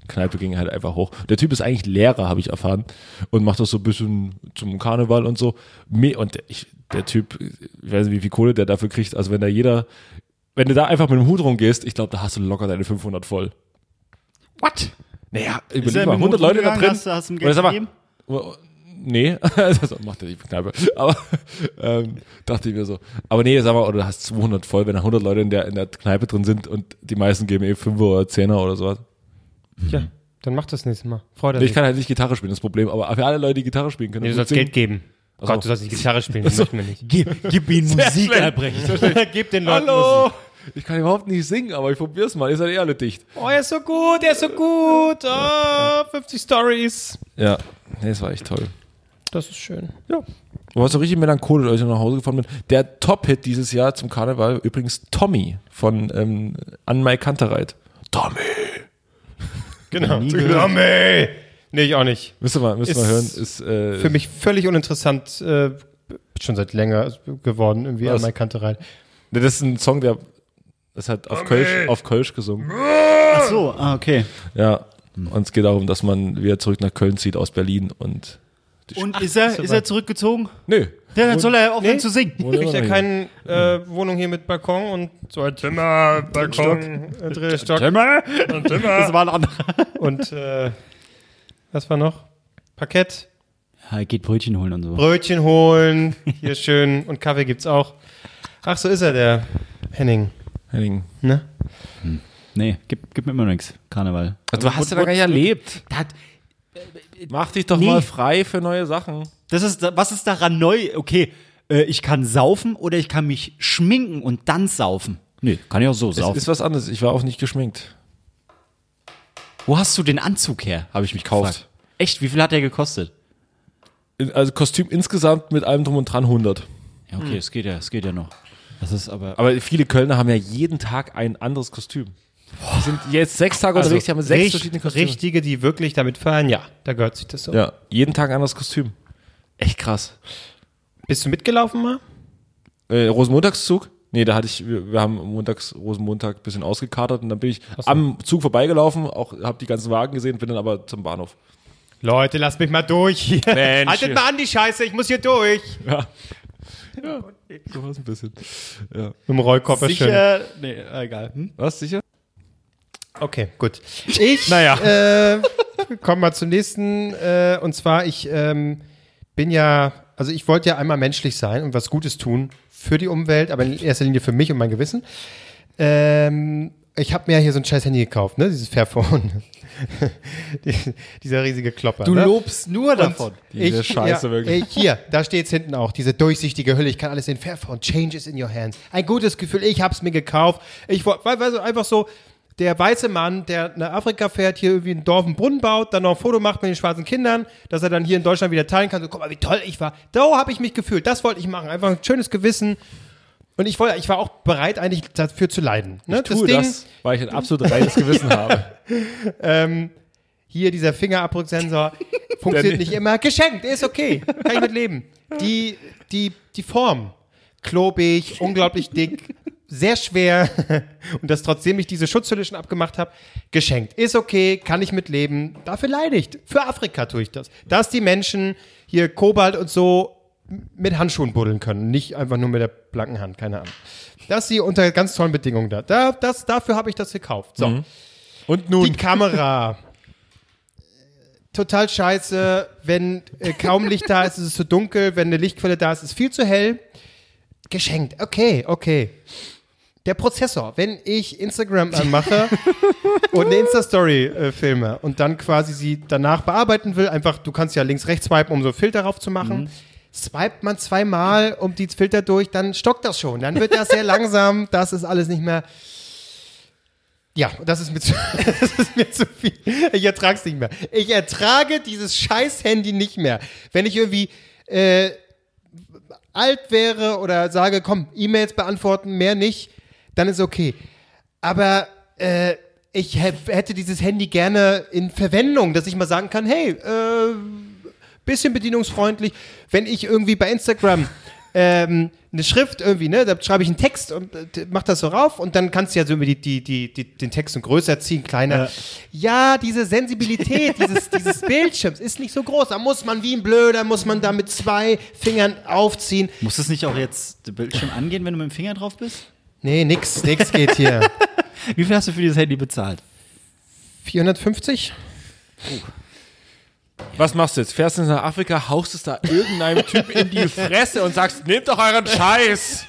[SPEAKER 4] Kneipe ging halt einfach hoch. Der Typ ist eigentlich Lehrer, habe ich erfahren. Und macht das so ein bisschen zum Karneval und so. Me- Und der- ich, der Typ, ich weiß nicht, wie viel Kohle der dafür kriegt. Also wenn da jeder, wenn du da einfach mit dem Hut rumgehst, ich glaube, da hast du locker deine 500 voll. What? Naja,
[SPEAKER 3] er
[SPEAKER 4] überleg
[SPEAKER 3] mit
[SPEAKER 4] mal,
[SPEAKER 3] dem Hut
[SPEAKER 4] 100 Leute da
[SPEAKER 3] rumgegangen?
[SPEAKER 4] drin.
[SPEAKER 3] Hast du- hast du ihm
[SPEAKER 4] Und
[SPEAKER 3] Geld
[SPEAKER 4] das aber-
[SPEAKER 3] gegeben?
[SPEAKER 4] Nee, [LAUGHS] das macht er nicht mit Kneipe. Aber [LAUGHS] ähm, dachte ich mir so. Aber nee, sag mal, oder du hast 200 voll, wenn da 100 Leute in der, in der Kneipe drin sind und die meisten geben eh 5 oder 10er oder sowas.
[SPEAKER 1] ja, dann mach das nächste Mal. Freu dich.
[SPEAKER 4] Ich kann halt nicht Gitarre spielen, das Problem. Aber für alle Leute, die Gitarre spielen können.
[SPEAKER 1] Also nee, du sollst Geld
[SPEAKER 4] gut singen.
[SPEAKER 1] geben.
[SPEAKER 4] so.
[SPEAKER 1] Gott, du sollst nicht Gitarre spielen, das möchten wir nicht.
[SPEAKER 3] Gib, gib
[SPEAKER 4] [LAUGHS]
[SPEAKER 3] ihnen Musik, Albrecht.
[SPEAKER 1] [LAUGHS] Gib den Leuten
[SPEAKER 4] Hallo! Ich kann überhaupt nicht singen, aber ich probier's mal. Ihr seid eh alle dicht.
[SPEAKER 1] Oh, er ist so gut, er ist so gut. Oh, 50 Stories.
[SPEAKER 4] Ja, nee, es war echt toll.
[SPEAKER 1] Das ist schön.
[SPEAKER 4] Ja. Du warst so richtig melancholisch, als ich nach Hause gefahren bin. Der Top-Hit dieses Jahr zum Karneval, übrigens Tommy von ähm, An Mai Kantereit. Tommy!
[SPEAKER 1] Genau. Dummy. Nee, ich auch nicht.
[SPEAKER 4] Müsst ihr mal, müsst ihr
[SPEAKER 1] Ist
[SPEAKER 4] mal hören. Ist, äh,
[SPEAKER 1] Für mich völlig uninteressant, äh, schon seit länger geworden, irgendwie
[SPEAKER 4] Was?
[SPEAKER 1] an meine Kante rein.
[SPEAKER 4] ne, das ist ein Song, der das hat auf Kölsch, auf Kölsch gesungen.
[SPEAKER 1] Hm.
[SPEAKER 3] Ach so, ah, okay.
[SPEAKER 4] Ja. Und es geht darum, dass man wieder zurück nach Köln zieht aus Berlin und.
[SPEAKER 3] Und ist er, ist er zurückgezogen?
[SPEAKER 4] Nö.
[SPEAKER 3] Ja, dann soll er aufhören zu singen.
[SPEAKER 1] Kriegt ja keine äh, Wohnung hier mit Balkon und so ein Zimmer, Balkon, äh, dritter Stock
[SPEAKER 3] Das war ein anderer.
[SPEAKER 1] und äh, was war noch? Parkett,
[SPEAKER 3] Ja, geht Brötchen holen und so.
[SPEAKER 1] Brötchen holen, hier schön und Kaffee gibt's auch. Ach, so ist er, der Henning.
[SPEAKER 4] Henning.
[SPEAKER 1] Ne?
[SPEAKER 3] Nee, gib, gib mir immer nix. Karneval.
[SPEAKER 4] Also, du hast ja da gar nicht erlebt. Mach dich doch
[SPEAKER 3] Nee.
[SPEAKER 4] mal frei für neue Sachen.
[SPEAKER 3] Das ist, was ist daran neu? Okay, äh, ich kann saufen oder ich kann mich schminken und dann saufen. Nee, kann ich auch so
[SPEAKER 4] Es
[SPEAKER 3] saufen.
[SPEAKER 4] ist was anderes. Ich war auch nicht geschminkt.
[SPEAKER 3] Wo hast du den Anzug her? Habe ich mich
[SPEAKER 4] Gekauft.
[SPEAKER 3] gefragt. Echt? Wie viel hat der gekostet?
[SPEAKER 4] Also Kostüm insgesamt mit allem drum und dran 100.
[SPEAKER 3] Ja,
[SPEAKER 4] Hm.
[SPEAKER 3] okay, es geht ja, es geht ja noch. Das ist aber.
[SPEAKER 4] Aber viele Kölner haben ja jeden Tag ein anderes Kostüm. Die sind jetzt sechs Tage unterwegs, die haben sechs
[SPEAKER 1] Richt-
[SPEAKER 4] verschiedene Kostüme.
[SPEAKER 1] Richtige, die wirklich damit fahren, ja, da gehört sich das so.
[SPEAKER 4] Ja, jeden Tag ein anderes Kostüm. Echt krass.
[SPEAKER 1] Bist du mitgelaufen mal?
[SPEAKER 4] Äh, Rosenmontagszug? Nee, da hatte ich, wir, wir haben montags, Rosenmontag ein bisschen ausgekatert und dann bin ich am Zug vorbeigelaufen, auch habe die ganzen Wagen gesehen, bin dann aber zum Bahnhof.
[SPEAKER 1] Leute, lasst mich mal durch hier.
[SPEAKER 4] Mensch.
[SPEAKER 1] Haltet mal an die Scheiße, ich muss hier durch.
[SPEAKER 4] So was ein bisschen.
[SPEAKER 1] Mit dem Rollkoffer schön.
[SPEAKER 3] Sicher? Nee, egal. Hm?
[SPEAKER 4] Was, sicher?
[SPEAKER 1] Okay, gut. [LAUGHS] Ich, naja. Äh, komm mal zum nächsten. Äh, und zwar, ich ähm, bin ja, also ich wollte ja einmal menschlich sein und was Gutes tun für die Umwelt, aber in erster Linie für mich und mein Gewissen. Ähm, ich habe mir ja hier so ein scheiß Handy gekauft, ne? Dieses Fairphone. [LAUGHS] Die, dieser riesige Klopper.
[SPEAKER 7] Du
[SPEAKER 1] ne?
[SPEAKER 7] lobst nur davon.
[SPEAKER 4] Diese Scheiße wirklich.
[SPEAKER 1] Ey, hier, da steht's hinten auch, diese durchsichtige Hülle. Ich kann alles sehen. Fairphone, change is in your hands. Ein gutes Gefühl, ich hab's mir gekauft. Ich wollte, weißt du, einfach so, der weiße Mann, der nach Afrika fährt, hier irgendwie ein Dorf einen Brunnen baut, dann noch ein Foto macht mit den schwarzen Kindern, dass er dann hier in Deutschland wieder teilen kann. So, guck mal, wie toll ich war. Da habe ich mich gefühlt. Das wollte ich machen. Einfach ein schönes Gewissen. Und ich, wollte, ich war auch bereit, eigentlich dafür zu leiden. Ne?
[SPEAKER 4] Tue das, weil ich ein absolut reines [LAUGHS] Gewissen habe.
[SPEAKER 1] hier dieser Fingerabdrucksensor funktioniert nicht immer. Geschenkt, ist okay, kann ich mit leben. Die, die, die Form, klobig, unglaublich dick, sehr schwer [LAUGHS] und das trotzdem ich diese Schutzhülle schon abgemacht habe, geschenkt. Ist okay, kann ich mitleben. Dafür leidigt. Für Afrika tue ich das. Dass die Menschen hier Kobalt und so mit Handschuhen buddeln können, nicht einfach nur mit der blanken Hand, keine Ahnung. Dass sie unter ganz tollen Bedingungen da. da das, dafür habe ich das gekauft. So.
[SPEAKER 4] Und nun.
[SPEAKER 1] Die Kamera. Äh, Total scheiße. Wenn äh, kaum Licht da ist, ist es zu dunkel. Wenn eine Lichtquelle da ist, ist es viel zu hell. Geschenkt. Okay, okay. Der Prozessor. Wenn ich Instagram anmache und eine Insta-Story äh, filme und dann quasi sie danach bearbeiten will, einfach, du kannst ja links, rechts swipen, um so einen Filter drauf zu machen. Swipet man zweimal um die Filter durch, dann stockt das schon. Dann wird das sehr langsam. Das ist alles nicht mehr. Ja, das ist mir zu, [LAUGHS] das ist mir zu viel. Ich ertrage es nicht mehr. Ich ertrage dieses scheiß Handy nicht mehr. Wenn ich irgendwie äh, alt wäre oder sage, komm, E-Mails beantworten, mehr nicht, dann ist okay. Aber äh, ich hä- hätte dieses Handy gerne in Verwendung, dass ich mal sagen kann, hey, äh, bisschen bedienungsfreundlich, wenn ich irgendwie bei Instagram [LAUGHS] ähm, eine Schrift irgendwie, ne, da schreibe ich einen Text und äh, t- mach das so rauf und dann kannst du ja so immer die, die, die, die, den Text so größer ziehen, kleiner. Ja, diese Sensibilität dieses, dieses Bildschirms ist nicht so groß. Da muss man wie ein Blöder, muss man da mit zwei Fingern aufziehen.
[SPEAKER 3] Muss es nicht auch jetzt der Bildschirm angehen, wenn du mit dem Finger drauf bist?
[SPEAKER 1] Nee, nix, nix geht hier.
[SPEAKER 3] Wie viel hast du für dieses Handy bezahlt?
[SPEAKER 1] 450?
[SPEAKER 4] Was machst du jetzt? Fährst du nach Afrika, haust es da irgendeinem Typ in die Fresse und sagst, nehmt doch euren Scheiß.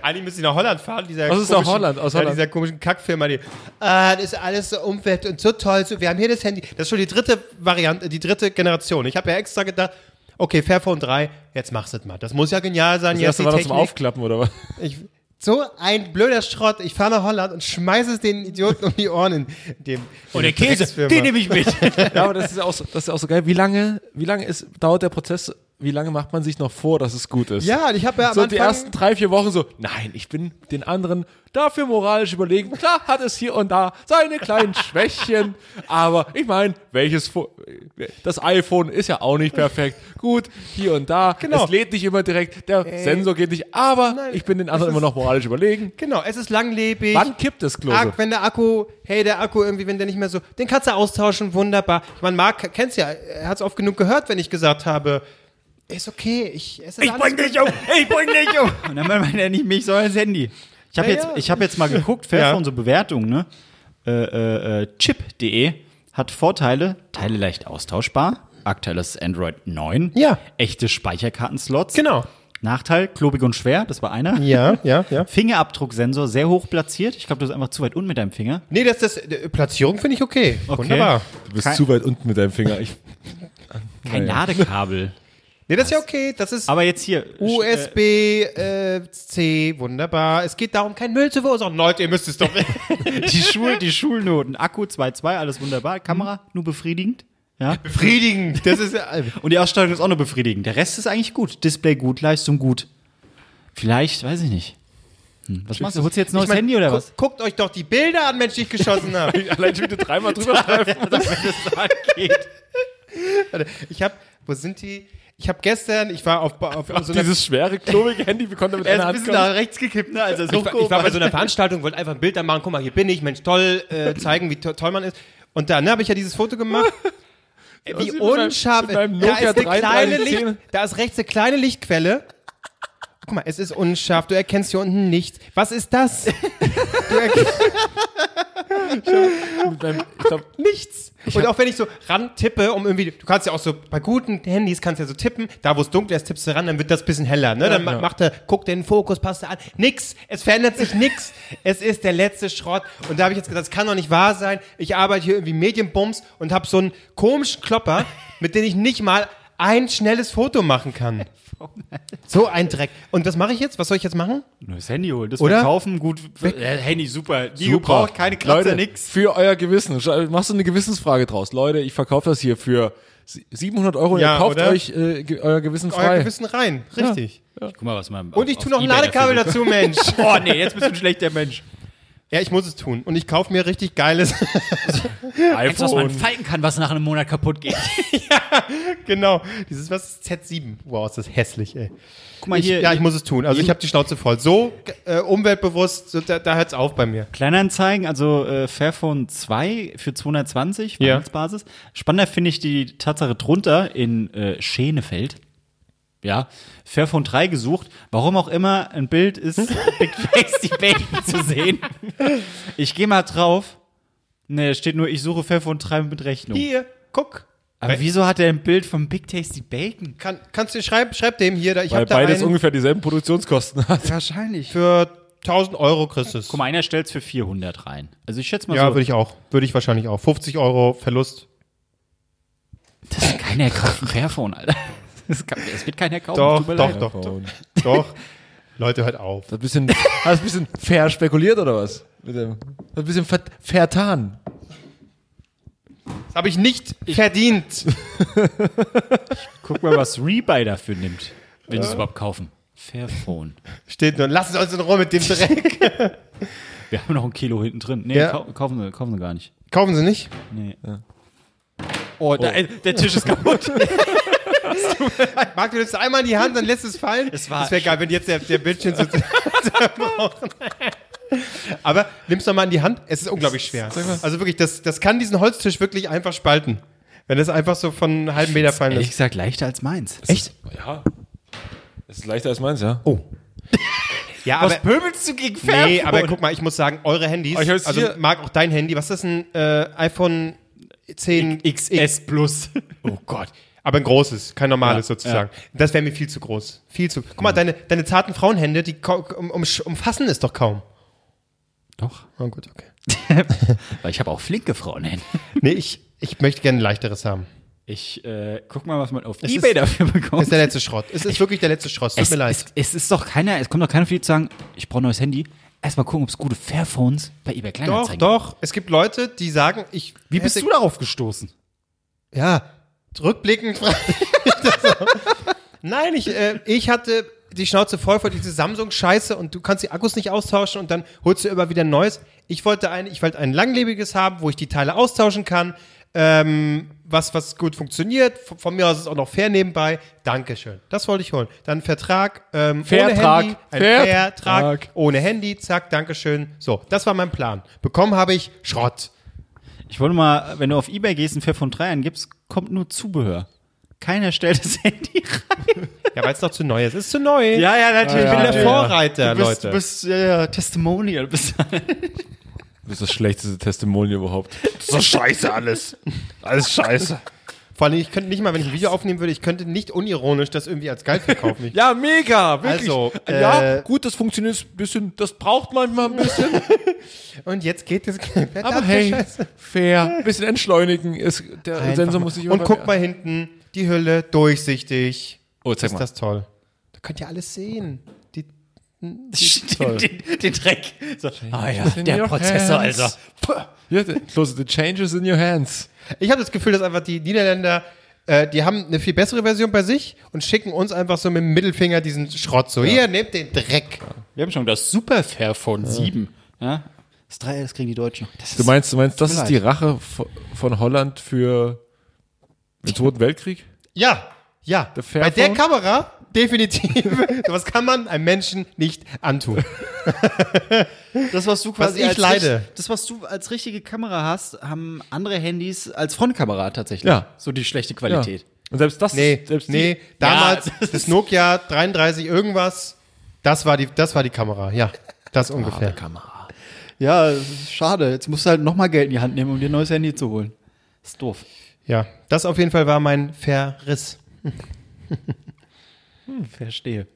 [SPEAKER 1] Eigentlich müsste ich nach Holland fahren. Dieser
[SPEAKER 4] Was ist nach
[SPEAKER 1] komischen,
[SPEAKER 4] Holland? Aus
[SPEAKER 1] ja,
[SPEAKER 4] Holland.
[SPEAKER 1] dieser komischen Kackfirma. Die, ah, das ist alles so umwelt und so toll. So, wir haben hier das Handy. Das ist schon die dritte Variante, die dritte Generation. Ich habe ja extra gedacht, okay, Fairphone 3, jetzt machst du das mal. Das muss ja genial sein.
[SPEAKER 4] Das
[SPEAKER 1] jetzt
[SPEAKER 4] erste
[SPEAKER 1] die
[SPEAKER 4] war doch zum
[SPEAKER 1] Technik.
[SPEAKER 4] Aufklappen, oder was?
[SPEAKER 1] Ich, so ein blöder Schrott. Ich fahre nach Holland und schmeiße es den Idioten um die Ohren in dem. Und der Käse, den nehme ich mit.
[SPEAKER 4] [LAUGHS] Ja, aber das ist auch so, das ist auch so geil. Wie lange, wie lange ist, dauert der Prozess, wie lange macht man sich noch vor, dass es gut ist?
[SPEAKER 1] Ja, und ich habe ja am
[SPEAKER 4] So
[SPEAKER 1] Anfang,
[SPEAKER 4] die ersten drei, vier Wochen so, nein, ich bin den anderen dafür moralisch überlegen. Klar hat es hier und da seine
[SPEAKER 1] [LAUGHS]
[SPEAKER 4] kleinen Schwächen, aber ich meine, welches, Fo- das iPhone ist ja auch nicht perfekt. Gut, hier und da,
[SPEAKER 1] Genau. Äh,
[SPEAKER 4] es lädt nicht immer direkt, der Sensor geht nicht, aber
[SPEAKER 1] Nein,
[SPEAKER 4] ich bin den anderen immer noch moralisch überlegen.
[SPEAKER 1] Genau, es ist langlebig.
[SPEAKER 4] Wann kippt das Klose?
[SPEAKER 1] Ak- wenn der Akku, hey, der Akku irgendwie, wenn der nicht mehr so, den kannst du austauschen, wunderbar. Ich meine, Marc kennt's ja, er hat's oft genug gehört, wenn ich gesagt habe, ist okay, ich es ist alles gut.
[SPEAKER 7] dich um! Ich bring dich um! [LAUGHS] Und dann meint er nicht mich, sondern das Handy. Ich habe
[SPEAKER 1] Ja,
[SPEAKER 7] jetzt,
[SPEAKER 1] ja.
[SPEAKER 7] ich hab jetzt mal geguckt, Fairphone, so Bewertungen, ne? Äh, äh, äh, Chip.de hat Vorteile, Teile leicht austauschbar, aktuelles Android 9,
[SPEAKER 1] Ja.
[SPEAKER 7] echte Speicherkartenslots.
[SPEAKER 1] Genau.
[SPEAKER 7] Nachteil, klobig und schwer, das war einer.
[SPEAKER 1] Ja, ja, ja.
[SPEAKER 7] Fingerabdrucksensor, sehr hoch platziert. Ich glaube, du bist einfach zu weit unten mit deinem Finger.
[SPEAKER 1] Nee, das, das äh, Platzierung finde ich okay. Wunderbar.
[SPEAKER 4] Du bist
[SPEAKER 7] Kein-
[SPEAKER 4] zu weit unten mit deinem Finger. Ich,
[SPEAKER 7] Kein Ladekabel.
[SPEAKER 1] Nee, das ist ja okay, das ist
[SPEAKER 7] [LAUGHS] Aber jetzt hier. äh,
[SPEAKER 1] USB äh, C, wunderbar. Es geht darum, keinen Müll zu verursachen. Leute, ihr müsst es
[SPEAKER 7] [LAUGHS]
[SPEAKER 1] doch.
[SPEAKER 7] die, Schul die Schulnoten. Akku 2,2, alles wunderbar. Kamera nur befriedigend. Ja.
[SPEAKER 1] Befriedigend. Das ist äh, ja-
[SPEAKER 7] Und die Ausstattung ist auch nur befriedigend. Der Rest ist eigentlich gut. Display gut, Leistung gut. Vielleicht, weiß ich nicht. Hm, was machst du? Holst du jetzt ein neues
[SPEAKER 1] ich mein,
[SPEAKER 7] Handy oder
[SPEAKER 1] gu-
[SPEAKER 7] was?
[SPEAKER 1] Guckt euch doch die Bilder an, Mensch, die ich geschossen habe.
[SPEAKER 4] [LAUGHS] allein schon wieder
[SPEAKER 1] [LAUGHS]
[SPEAKER 4] dreimal drüber schreiben.
[SPEAKER 1] Ich habe, wo sind die? Ich habe gestern, ich war auf, auf, auf so einer
[SPEAKER 4] Dieses schwere, klobige Handy, wie konnte mit
[SPEAKER 7] Also,
[SPEAKER 4] einer Hand kommen?
[SPEAKER 7] rechts gekippt, ne? Also
[SPEAKER 1] Ich war, ich war bei so einer Veranstaltung, wollte einfach ein Bild dann machen, guck mal, hier bin ich, Mensch, toll, äh, zeigen, wie to toll man ist. Und dann ne, habe ich ja dieses Foto gemacht. Äh, wie
[SPEAKER 4] Aussieht mit meinem-
[SPEAKER 1] unscharf.
[SPEAKER 4] mit meinem
[SPEAKER 1] da,
[SPEAKER 4] Nokia
[SPEAKER 1] ist eine kleine
[SPEAKER 4] 3310.
[SPEAKER 1] Licht, da ist rechts eine kleine Lichtquelle. Guck mal, es ist unscharf, du erkennst hier unten nichts. Was ist das? Du erkennst
[SPEAKER 4] Mit meinem- Ich [LAUGHS] glaub,
[SPEAKER 1] nichts. Und auch wenn ich so ran tippe, um irgendwie, du kannst ja auch so, bei guten Handys kannst du ja so tippen, da wo es dunkel ist, tippst du ran, dann wird das bisschen heller, ne? Dann ma- macht er, guckt er in den Fokus, passt er an. Nix. Es verändert sich nix. es ist der letzte Schrott. Und da habe ich jetzt gedacht, das kann doch nicht wahr sein. Ich arbeite hier irgendwie Medienbums und habe so einen komischen Klopper, mit dem ich nicht mal ein schnelles Foto machen kann. So ein Dreck. Und was mache ich jetzt? Was soll ich jetzt machen?
[SPEAKER 7] Neues Handy holen, das
[SPEAKER 1] Oder?
[SPEAKER 7] verkaufen, gut. Äh, Handy super. Die gebraucht, keine Kratzer,
[SPEAKER 4] Leute,
[SPEAKER 7] nix.
[SPEAKER 4] für euer Gewissen. Sch- Machst du eine Gewissensfrage draus? Leute, ich verkaufe das hier für sie- 700 Euro. und
[SPEAKER 1] Ja,
[SPEAKER 4] ihr kauft
[SPEAKER 1] oder?
[SPEAKER 4] euch äh, ge euer Gewissen
[SPEAKER 1] Euer
[SPEAKER 4] frei.
[SPEAKER 1] Gewissen rein. Richtig.
[SPEAKER 7] Guck mal, was
[SPEAKER 1] [LAUGHS]
[SPEAKER 7] man.
[SPEAKER 1] Und ich tue noch ein Ladekabel dazu, Mensch.
[SPEAKER 7] Oh nee, jetzt bist du ein schlechter Mensch.
[SPEAKER 1] Ja, ich muss es tun. Und ich kaufe mir richtig geiles.
[SPEAKER 3] Eins, was man falten kann, was nach einem Monat kaputt geht.
[SPEAKER 1] genau. Dieses, was ist Z7? Wow, ist das hässlich, ey.
[SPEAKER 3] Guck mal
[SPEAKER 1] Ich, ja, ich muss es tun. Also ich habe die Schnauze voll. So äh, umweltbewusst, so, da, da hört es auf bei mir.
[SPEAKER 3] Kleinanzeigen, also äh, Fairphone 2 für 220
[SPEAKER 1] Ja.
[SPEAKER 3] Verhandelsbasis. Spannender finde ich die Tatsache drunter in äh, Schenefeld. Ja, Fairphone 3 gesucht. Warum auch immer ein
[SPEAKER 1] [LAUGHS]
[SPEAKER 3] Bild ist, Big Face die Baby zu sehen. Ich gehe mal drauf. Ne, steht nur, ich suche Fairphone 3 mit Rechnung.
[SPEAKER 1] Hier, guck.
[SPEAKER 3] Aber wieso hat er ein Bild vom Big Tasty Bacon?
[SPEAKER 1] Kann, kannst du schreiben, schreib dem hier. Da, ich
[SPEAKER 4] Weil
[SPEAKER 1] habe da
[SPEAKER 4] beides
[SPEAKER 1] einen
[SPEAKER 4] ungefähr dieselben Produktionskosten hat.
[SPEAKER 7] Wahrscheinlich.
[SPEAKER 1] für 1000 Euro kriegst du's.
[SPEAKER 3] Guck mal, einer stellt es für 400 rein. Also ich schätze mal
[SPEAKER 1] Ja,
[SPEAKER 3] so,
[SPEAKER 1] würde ich auch. Würde ich wahrscheinlich auch. 50 Euro Verlust.
[SPEAKER 3] das keiner kauft ein Fairphone, Alter. Das, kann, das wird keiner kaufen.
[SPEAKER 1] Doch,
[SPEAKER 3] tut mir
[SPEAKER 1] doch,
[SPEAKER 3] leid.
[SPEAKER 1] doch, doch, doch. Leute, hört auf.
[SPEAKER 4] Hast ein bisschen, hast ein bisschen fair spekuliert oder was? Mit dem, hast ein bisschen ver, vertan.
[SPEAKER 1] Das habe ich nicht verdient.
[SPEAKER 3] Guck mal, was Rebuy dafür nimmt, wenn sie es überhaupt kaufen. Fairphone.
[SPEAKER 1] Steht nur, lassen Sie uns in Ruhe mit
[SPEAKER 3] [LAUGHS]
[SPEAKER 1] dem Dreck.
[SPEAKER 3] Wir haben noch ein Kilo hinten drin. Nee,
[SPEAKER 1] Ja.
[SPEAKER 3] kau- kaufen, sie, kaufen sie gar nicht.
[SPEAKER 1] Kaufen Sie nicht.
[SPEAKER 3] Oh, der Tisch
[SPEAKER 1] [LAUGHS]
[SPEAKER 3] ist kaputt.
[SPEAKER 1] Marc, du nimmst einmal in die Hand, dann lässt es fallen.
[SPEAKER 3] Es war-
[SPEAKER 1] das wäre geil, wenn jetzt der, der Bildschirm [LAUGHS] so zerbrochen Aber nimm's doch mal in die Hand. Es ist unglaublich schwer. Also wirklich, das, das kann diesen Holztisch wirklich einfach spalten. Wenn das einfach so von einem halben Meter fallen
[SPEAKER 3] Ehrlich
[SPEAKER 1] lässt.
[SPEAKER 3] gesagt, leichter als meins.
[SPEAKER 4] Echt? Ja. Das ist leichter als meins, ja.
[SPEAKER 1] Ja, aber,
[SPEAKER 3] pöbelst du gegen
[SPEAKER 1] nee, aber guck mal, ich muss sagen, eure Handys,
[SPEAKER 4] Aber ich hab's
[SPEAKER 1] also
[SPEAKER 4] hier-
[SPEAKER 1] Marc, auch dein Handy, was ist ein äh, iPhone 10
[SPEAKER 3] XS Plus.
[SPEAKER 1] Oh Gott. Aber ein großes, kein normales
[SPEAKER 3] Ja,
[SPEAKER 1] sozusagen. Mhm. Das wäre mir viel zu groß. Viel zu. Guck mal, deine, deine zarten Frauenhände, die kau- um, um, umfassen es doch kaum.
[SPEAKER 3] Doch,
[SPEAKER 1] Oh gut, okay.
[SPEAKER 3] [LAUGHS] weil ich habe auch flinke Frauen hin.
[SPEAKER 1] Nee, ich, ich möchte gerne ein leichteres haben.
[SPEAKER 3] Ich äh, guck mal, was man auf
[SPEAKER 1] Es
[SPEAKER 3] Ebay
[SPEAKER 1] ist-
[SPEAKER 3] dafür bekommt.
[SPEAKER 1] Das ist der letzte Schrott. Es ist wirklich der letzte Schrott. Tut
[SPEAKER 3] es,
[SPEAKER 1] mir
[SPEAKER 3] es,
[SPEAKER 1] leid.
[SPEAKER 3] es ist doch keiner, es kommt doch keiner für die zu sagen, ich brauche ein neues Handy. Erstmal gucken, ob es gute Fairphones bei Ebay
[SPEAKER 1] Doch,
[SPEAKER 3] Kleinanzeigen gibt.
[SPEAKER 1] doch. Es gibt Leute, die sagen, ich.
[SPEAKER 7] Wie bist du darauf gestoßen?
[SPEAKER 1] Ja, rückblickend. frage ich das auch. Nein, ich, äh, ich hatte die Schnauze voll vor diese Samsung-Scheiße und du kannst die Akkus nicht austauschen und dann holst du immer wieder ein neues. Ich wollte ein, ich wollte ein langlebiges haben, wo ich die Teile austauschen kann, ähm, was, was gut funktioniert. Von, von mir aus ist es auch noch fair nebenbei. Dankeschön. Das wollte ich holen. Dann Vertrag, ähm,
[SPEAKER 4] Vertrag.
[SPEAKER 1] ohne Handy. Ein
[SPEAKER 4] Vertrag.
[SPEAKER 1] Vertrag ohne Handy, zack, Dankeschön. So, das war mein Plan. Bekommen habe ich Schrott.
[SPEAKER 3] Ich wollte mal, wenn du auf Ebay gehst und Fairphone 3 eingibst, kommt nur Zubehör. Keiner stellt das [LAUGHS] Handy rein.
[SPEAKER 1] Ja, weil es noch zu neu ist. Es ist zu neu.
[SPEAKER 3] Ja, ja, natürlich.
[SPEAKER 1] Ich bin der Vorreiter,
[SPEAKER 3] Du bist,
[SPEAKER 1] Leute.
[SPEAKER 3] du bist äh, Testimonial. Du bist
[SPEAKER 4] Das ist das schlechteste Testimonial überhaupt. So scheiße alles. Alles scheiße.
[SPEAKER 1] Vor allem, ich könnte nicht mal, wenn ich ein Video aufnehmen würde, ich könnte nicht unironisch das irgendwie als geil [LAUGHS] verkaufen. Ich,
[SPEAKER 4] Ja, mega, wirklich.
[SPEAKER 1] Also,
[SPEAKER 4] ja,
[SPEAKER 1] äh,
[SPEAKER 4] gut, das funktioniert ein bisschen, das braucht manchmal ein bisschen.
[SPEAKER 1] Und jetzt geht [LAUGHS] es.
[SPEAKER 4] Aber hey, fair. Ein bisschen entschleunigen. Ist, der Sensor muss sich
[SPEAKER 1] Und
[SPEAKER 4] immer-
[SPEAKER 1] guck mal hinten, die Hülle durchsichtig.
[SPEAKER 4] Oh, zeig
[SPEAKER 1] Ist
[SPEAKER 4] mal.
[SPEAKER 1] das toll. Da könnt ihr alles sehen. Die,
[SPEAKER 3] den, den, den Dreck. So, ah ja,
[SPEAKER 4] in
[SPEAKER 3] der
[SPEAKER 4] your
[SPEAKER 3] Prozessor,
[SPEAKER 4] hands.
[SPEAKER 3] Alter.
[SPEAKER 4] Ja, the- close the changes in your hands.
[SPEAKER 1] ich habe das Gefühl, dass einfach die Niederländer, äh, die haben eine viel bessere Version bei sich und schicken uns einfach so mit dem Mittelfinger diesen Schrott so. Hier, nehmt den Dreck.
[SPEAKER 3] Wir haben schon das Super Fairphone 7. Ja? Das 3, das kriegen die Deutschen noch. Das
[SPEAKER 4] Du meinst, du meinst, das
[SPEAKER 3] mir
[SPEAKER 4] ist die Rache vo- von Holland für den Zweiten Weltkrieg?
[SPEAKER 1] Ja, ja.
[SPEAKER 4] Fairphone?
[SPEAKER 1] Bei der Kamera [LAUGHS] definitiv. Was kann man einem Menschen nicht antun?
[SPEAKER 7] Das, was du
[SPEAKER 1] quasi ich als leide. richt-
[SPEAKER 7] Das, was du als richtige Kamera hast, haben andere Handys als Frontkamera tatsächlich.
[SPEAKER 4] Ja.
[SPEAKER 7] So die schlechte
[SPEAKER 4] Ja. Und selbst das,
[SPEAKER 1] Nee,
[SPEAKER 4] selbst
[SPEAKER 1] nee, damals das, Nokia 33 irgendwas, das war die, das war die Kamera, ja. Das ungefähr.
[SPEAKER 7] Ja, das ist schade. Jetzt musst du halt nochmal Geld in die Hand nehmen, um dir ein neues Handy zu holen. ist doof.
[SPEAKER 1] Ja, das auf jeden Fall war mein Verriss.
[SPEAKER 7] Verstehe.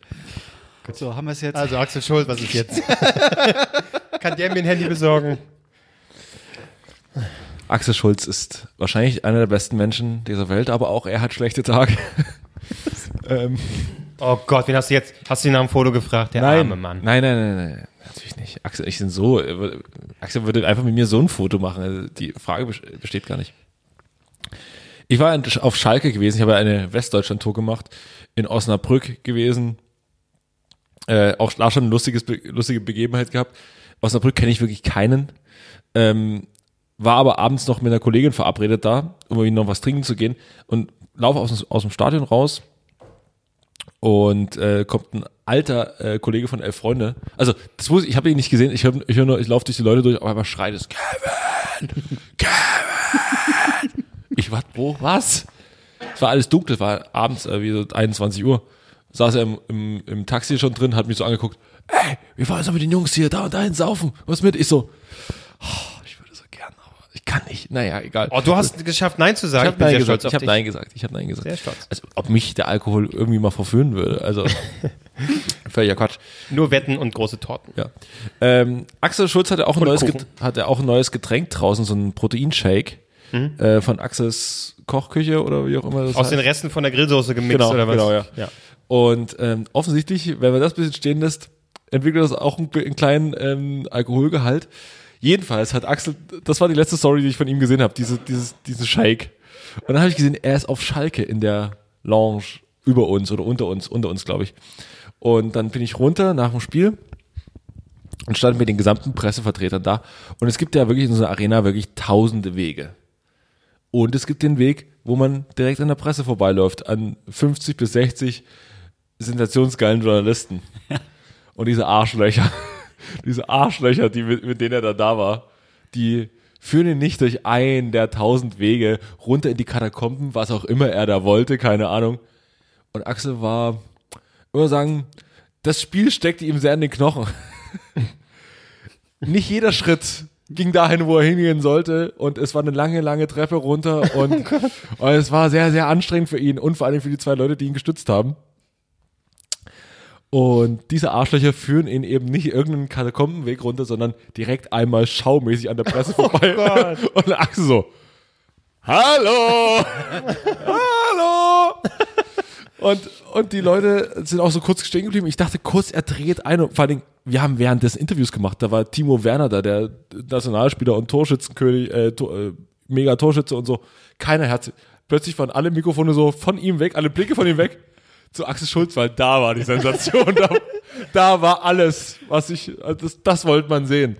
[SPEAKER 7] So, haben wir es jetzt.
[SPEAKER 1] Also Axel Schulz, was ist jetzt? [LAUGHS] Kann der mir ein Handy besorgen?
[SPEAKER 4] die, Axel Schulz ist wahrscheinlich einer der besten Menschen dieser Welt, aber auch er hat schlechte Tage. [LAUGHS] ähm,
[SPEAKER 1] Oh Gott, wen hast du jetzt? Hast du ihn nach dem Foto gefragt? Der arme Mann.
[SPEAKER 4] nein, nein, nein, nein, natürlich nicht. Axel, ich bin so, er würde- Axel würde einfach mit mir so ein Foto machen. Also die Frage bes- besteht gar nicht. Ich war in- auf Schalke gewesen, ich habe eine Westdeutschland-Tour gemacht, in Osnabrück gewesen, äh, auch da schon ein lustiges, Be- lustige Begebenheit gehabt. Osnabrück kenne ich wirklich keinen. Ähm, war aber abends noch mit einer Kollegin verabredet da, um irgendwie noch was trinken zu gehen und laufe aus, aus dem Stadion raus und äh, kommt ein alter äh, Kollege von Elf Freunde. Also, das muss ich, ich habe ihn nicht gesehen, ich höre ich hör nur, ich laufe durch die Leute durch, aber einmal schreit es, Kevin! Kevin! Ich war, wo, was? Es war alles dunkel, war abends irgendwie so 21 Uhr. Saß er im, im, im Taxi schon drin, hat mich so angeguckt, ey, wir fahren jetzt mit den Jungs hier, da und dahin saufen, was mit? Ich so, "Ah, ich würde so gern, aber ich kann nicht. Naja, egal.
[SPEAKER 1] Oh, du hast geschafft, Nein zu sagen.
[SPEAKER 4] Ich habe Nein gesagt. Ich
[SPEAKER 1] auf
[SPEAKER 4] habe
[SPEAKER 1] dich.
[SPEAKER 4] Nein gesagt. Ich habe Nein gesagt.
[SPEAKER 1] Sehr stolz.
[SPEAKER 4] Also, ob mich der Alkohol irgendwie mal verführen würde.
[SPEAKER 1] [LAUGHS]
[SPEAKER 4] Also, völliger Quatsch.
[SPEAKER 1] Nur Wetten und große Torten.
[SPEAKER 4] Ja. Ähm, Axel Schulz hatte auch, ein
[SPEAKER 1] Und
[SPEAKER 4] neues
[SPEAKER 1] Kuchen.
[SPEAKER 4] Get- hatte auch ein neues Getränk draußen, so einen Proteinshake äh, von Axels Kochküche oder wie auch immer das
[SPEAKER 1] Mhm. Aus den
[SPEAKER 4] heißt.
[SPEAKER 1] Resten von der Grillsoße gemixt
[SPEAKER 4] Genau,
[SPEAKER 1] oder was?
[SPEAKER 4] genau, ja.
[SPEAKER 1] ja.
[SPEAKER 4] Und ähm, offensichtlich, wenn man das ein bisschen stehen lässt, entwickelt das auch einen, einen kleinen ähm, Alkoholgehalt. Jedenfalls hat Axel, das war die letzte Story, die ich von ihm gesehen habe, diese, dieses, diesen Shake. Und dann habe ich gesehen, er ist auf Schalke in der Lounge über uns oder unter uns, unter uns, glaube ich. Und dann bin ich runter nach dem Spiel und stand mit den gesamten Pressevertretern da. Und es gibt ja wirklich in so einer Arena wirklich tausende Wege. Und es gibt den Weg, wo man direkt an der Presse vorbeiläuft, an 50 bis 60 sensationsgeilen Journalisten. Und diese Arschlöcher, [LAUGHS] diese Arschlöcher, die, mit, mit denen er da da war, die führen ihn nicht durch einen der tausend Wege runter in die Katakomben, was auch immer er da wollte, keine Ahnung. Und Axel war, ich würde sagen, das Spiel steckte ihm sehr in den Knochen. nicht jeder Schritt ging dahin, wo er hingehen sollte. Und es war eine lange, lange Treppe runter. Und, und es war sehr, sehr anstrengend für ihn und vor allem für die zwei Leute, die ihn gestützt haben. Und diese Arschlöcher führen ihn eben nicht irgendeinen Katakombenweg runter, sondern direkt einmal schaumäßig an der Presse vorbei. [LAUGHS] und Axel so, hallo, hallo. Und, und die Leute sind auch so kurz stehen geblieben. Ich dachte kurz, er dreht ein. Und vor allen Dingen, wir haben während des Interviews gemacht, da war Timo Werner da, der Nationalspieler und Torschützenkönig, äh, Tor, äh, Mega-Torschütze und so. Keiner hat, plötzlich waren alle Mikrofone so von ihm weg, alle Blicke von ihm weg zu Axel Schulz, weil da war die Sensation. [LAUGHS] da, da war alles, was ich, also das, das wollte man sehen.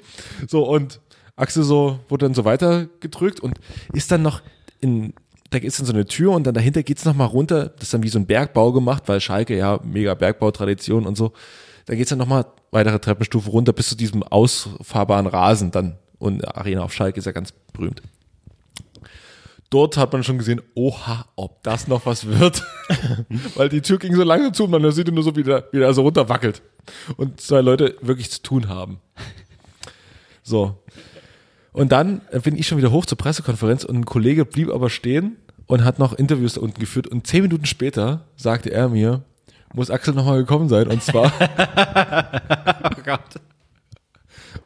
[SPEAKER 4] So, und Axel so, wurde dann so weitergedrückt und ist dann noch in, da ist dann so eine Tür und dann dahinter geht's noch mal runter. Das ist dann wie so ein Bergbau gemacht, weil Schalke ja mega Bergbautradition und so. Da geht's dann noch mal weitere Treppenstufe runter bis zu diesem ausfahrbaren Rasen dann. Und Arena auf Schalke ist ja ganz berühmt. Dort hat man schon gesehen, oha, ob das noch was wird. Weil die Tür ging so langsam zu und man sieht nur so, wie der, wie der so runterwackelt. Und zwei Leute wirklich zu tun haben. So. Und dann äh, bin ich schon wieder hoch zur Pressekonferenz und ein Kollege blieb aber stehen und hat noch Interviews da unten geführt. Und zehn Minuten später sagte er mir, muss Axel nochmal gekommen sein. Und zwar. [LAUGHS]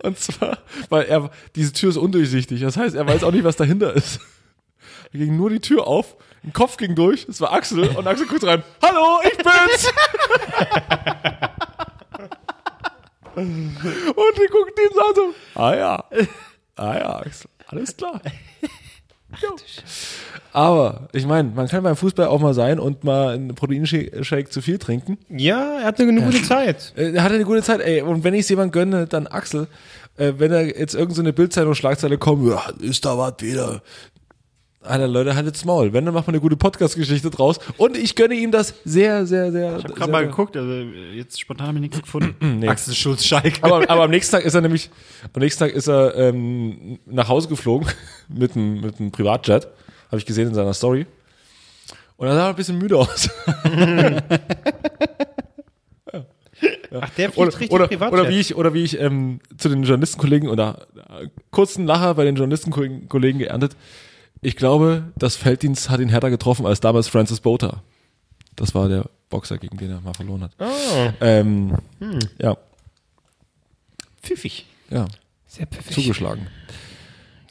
[SPEAKER 4] Und zwar, weil er, diese Tür ist undurchsichtig. Das heißt, er weiß auch nicht, was dahinter ist. Da ging nur die Tür auf, ein Kopf ging durch, es war Axel und Axel guckt rein, hallo, ich bin's! [LAUGHS] und die gucken ihn so an, so, ah ja, ah ja, Axel, alles klar. Jo. Aber ich meine, man kann beim Fußball auch mal sein und mal einen Proteinshake zu viel trinken.
[SPEAKER 1] Ja, er hatte eine gute Zeit.
[SPEAKER 4] Äh, Er hatte eine gute Zeit, ey. Und wenn ich es jemand gönne, dann Axel. Äh, wenn da jetzt irgendeine so eine Bildzeitung Schlagzeile kommt, ja, ist da was wieder. Alter, Leute, haltet's Maul. Wenn, dann macht man eine gute Podcast-Geschichte draus. Und ich gönne ihm das sehr, sehr, sehr. Ich
[SPEAKER 7] Ich hab gerade mal geguckt, also äh, jetzt spontan habe ich nichts
[SPEAKER 3] [CLEARS THROAT]
[SPEAKER 7] gefunden.
[SPEAKER 4] Nee.
[SPEAKER 7] Axel Schulz Schalke.
[SPEAKER 4] Aber, aber am nächsten Tag ist er nämlich, am nächsten Tag ist er ähm, nach Hause geflogen [LAUGHS] mit einem mit einem Privatjet. Habe ich gesehen in seiner Story. Und er sah ein bisschen müde aus.
[SPEAKER 1] Ach, der fliegt
[SPEAKER 4] oder,
[SPEAKER 1] richtig
[SPEAKER 4] oder,
[SPEAKER 1] privat.
[SPEAKER 4] oder wie ich, oder wie ich ähm, zu den Journalistenkollegen oder äh, kurzen Lacher bei den Journalistenkollegen Kollegen geerntet. Ich glaube, das Felddienst hat ihn härter getroffen als damals Francis Botha. Das war der Boxer, gegen den er mal verloren hat. Ähm, Ja,
[SPEAKER 7] Pfiffig.
[SPEAKER 4] ja,
[SPEAKER 1] Sehr perfekt.
[SPEAKER 4] zugeschlagen.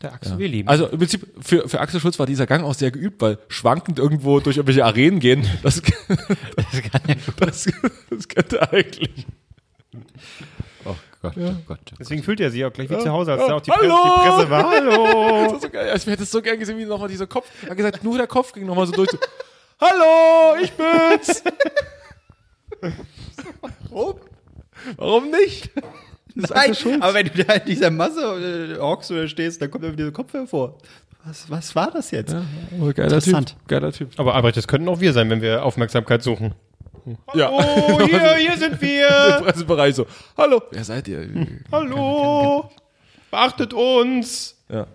[SPEAKER 1] Der Axel, wir lieben.
[SPEAKER 4] Also im Prinzip für, für Axel Schulz war dieser Gang auch sehr geübt, weil schwankend irgendwo durch irgendwelche Arenen gehen, [LAUGHS] das,
[SPEAKER 7] Das kann ja gut.
[SPEAKER 4] das, das könnte eigentlich.
[SPEAKER 3] Oh Gott, oh Gott.
[SPEAKER 1] Deswegen fühlt er sich auch gleich wie zu Hause, als
[SPEAKER 4] Ja.
[SPEAKER 1] da auch die, Pre
[SPEAKER 4] Hallo.
[SPEAKER 1] die Presse [LAUGHS] war.
[SPEAKER 4] Das
[SPEAKER 1] Hallo!
[SPEAKER 4] war so geil. Also, ich hätte es so gern gesehen, wie nochmal dieser Kopf. Er hat gesagt, nur der Kopf ging nochmal so durch. So, Hallo, ich bin's. Warum? Warum nicht?
[SPEAKER 7] Nein, aber wenn du da in dieser Masse äh, hockst oder stehst, dann kommt einfach dieser Kopf hervor. Was, was war das jetzt?
[SPEAKER 4] Oh, geiler
[SPEAKER 7] Interessant.
[SPEAKER 4] Typ. Geiler Typ.
[SPEAKER 1] Aber Albrecht, das könnten auch wir sein, wenn wir Aufmerksamkeit suchen.
[SPEAKER 4] Ja.
[SPEAKER 1] [LAUGHS] Oh, hier, hier sind wir.
[SPEAKER 4] Pressebereich so. Hallo. Wer seid ihr?
[SPEAKER 1] Hallo. Beachtet uns.
[SPEAKER 4] Ja.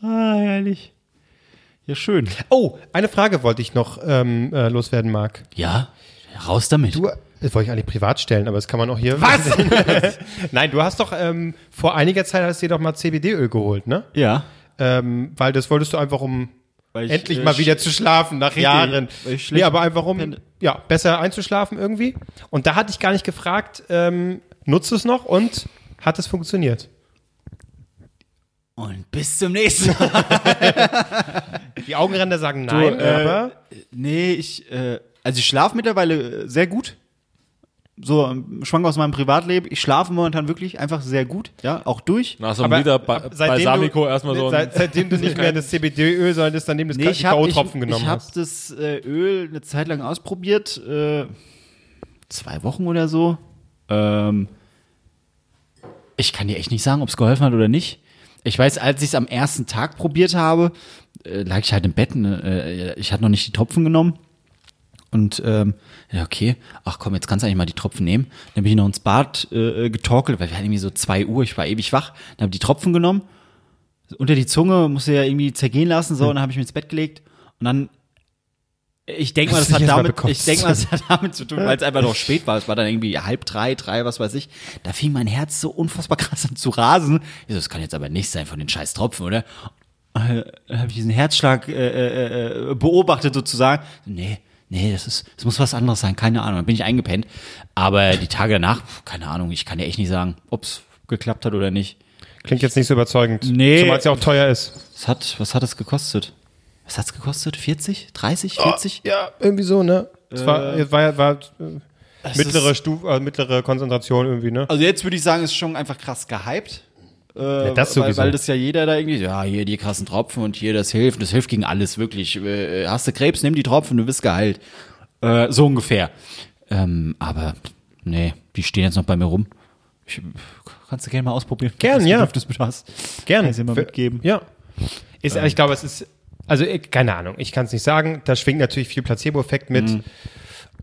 [SPEAKER 7] Ah, herrlich. Ja, schön.
[SPEAKER 1] Oh, eine Frage wollte ich noch ähm, äh, loswerden, Marc.
[SPEAKER 3] Ja, raus damit.
[SPEAKER 1] Du, das wollte ich eigentlich privat stellen, aber das kann man auch hier. [LAUGHS] Was? Nein, du hast doch ähm, vor einiger Zeit hast du dir doch mal CBD-Öl geholt, ne?
[SPEAKER 3] ja.
[SPEAKER 1] Ähm, weil das wolltest du einfach um
[SPEAKER 3] Weil ich,
[SPEAKER 1] endlich
[SPEAKER 3] äh,
[SPEAKER 1] mal wieder zu schlafen nach Jahren.
[SPEAKER 3] weil ich schlecht
[SPEAKER 1] Nee, aber einfach um
[SPEAKER 3] penne.
[SPEAKER 1] ja, besser einzuschlafen irgendwie. Und da hatte ich gar nicht gefragt, ähm, nutzt es noch und hat es funktioniert?
[SPEAKER 3] Und bis zum nächsten Mal.
[SPEAKER 1] Die Augenränder sagen
[SPEAKER 3] äh,
[SPEAKER 1] nein, aber
[SPEAKER 3] [LAUGHS] Nee, ich, äh, also ich schlafe mittlerweile äh, sehr gut. So, ähm, schwank aus meinem Privatleben. Ich schlafe momentan wirklich einfach sehr gut. Ja, auch durch.
[SPEAKER 4] Nach so einem
[SPEAKER 1] aber
[SPEAKER 4] Lieder ba
[SPEAKER 1] seitdem
[SPEAKER 4] Balsamico
[SPEAKER 1] du,
[SPEAKER 4] erstmal so ein
[SPEAKER 1] seit, seitdem du nicht mehr das CBD-Öl, sondern das daneben das
[SPEAKER 3] ich habe ich,
[SPEAKER 1] K.O.-Tropfen genommen
[SPEAKER 3] ich hab
[SPEAKER 1] hast.
[SPEAKER 3] das äh, Öl eine Zeit lang ausprobiert. Äh, zwei Wochen oder so. Ähm, ich kann dir echt nicht sagen, ob es geholfen hat oder nicht. Ich weiß, als ich es am ersten Tag probiert habe, äh, lag ich halt im Bett. Ne? Äh, ich hatte noch nicht die Tropfen genommen. Und ähm, ja, okay, ach komm, jetzt kannst du eigentlich mal die Tropfen nehmen. Dann bin ich noch ins Bad äh, getorkelt, weil wir hatten irgendwie so 2 Uhr, ich war ewig wach. Dann habe ich die Tropfen genommen, unter die Zunge, musste ja irgendwie zergehen lassen,
[SPEAKER 1] Hm.
[SPEAKER 3] so, und dann habe ich mich ins Bett gelegt. Und dann, ich denke mal,
[SPEAKER 1] Dass
[SPEAKER 3] das
[SPEAKER 1] du
[SPEAKER 3] hat
[SPEAKER 1] dich erst mal
[SPEAKER 3] damit, ich
[SPEAKER 1] bekommst.
[SPEAKER 3] denk mal, das hat damit zu tun, weil es einfach noch spät war. Es war dann irgendwie halb drei, drei, was weiß ich. Da fing mein Herz so unfassbar [LAUGHS] krass an zu rasen. Ich so, das kann jetzt aber nicht sein von den scheiß Tropfen, oder? Dann habe ich diesen Herzschlag äh, äh, äh, beobachtet sozusagen. Nee, nee, das ist, das muss was anderes sein, keine Ahnung. Dann bin ich eingepennt. Aber die Tage danach, pf, keine Ahnung, ich kann ja echt nicht sagen, ob es geklappt hat oder nicht.
[SPEAKER 1] Klingt jetzt nicht so überzeugend.
[SPEAKER 3] Nee.
[SPEAKER 1] Zumal es ja auch teuer ist.
[SPEAKER 3] Es hat, was hat es gekostet? Was hat's gekostet? 40? 30? 40?
[SPEAKER 1] Ja, irgendwie so, ne? Es war, war, war äh, mittlere
[SPEAKER 3] ist-
[SPEAKER 1] Stufe, äh, mittlere Konzentration irgendwie, ne?
[SPEAKER 3] Also jetzt würde ich sagen, ist schon einfach krass gehypt. Äh,
[SPEAKER 1] das
[SPEAKER 3] weil,
[SPEAKER 1] sowieso.
[SPEAKER 3] weil das ja jeder da irgendwie, ja, hier die krassen Tropfen und hier das hilft, das hilft gegen alles, wirklich. Äh, hast du Krebs, nimm die Tropfen, du bist geheilt. Äh, so ungefähr. Ähm, aber nee, die stehen jetzt noch bei mir rum. Ich, kannst du gerne mal ausprobieren.
[SPEAKER 1] Gern,
[SPEAKER 3] das
[SPEAKER 1] ja.
[SPEAKER 3] Bedürfnis du hast.
[SPEAKER 1] Gerne.
[SPEAKER 3] Kann ich dir mal
[SPEAKER 1] Für-
[SPEAKER 3] mitgeben. Ähm.
[SPEAKER 1] Ja. Ist, Ich glaube, es ist, also äh, keine Ahnung, ich kann es nicht sagen. Da schwingt natürlich viel Placebo-Effekt mit.
[SPEAKER 3] Mhm.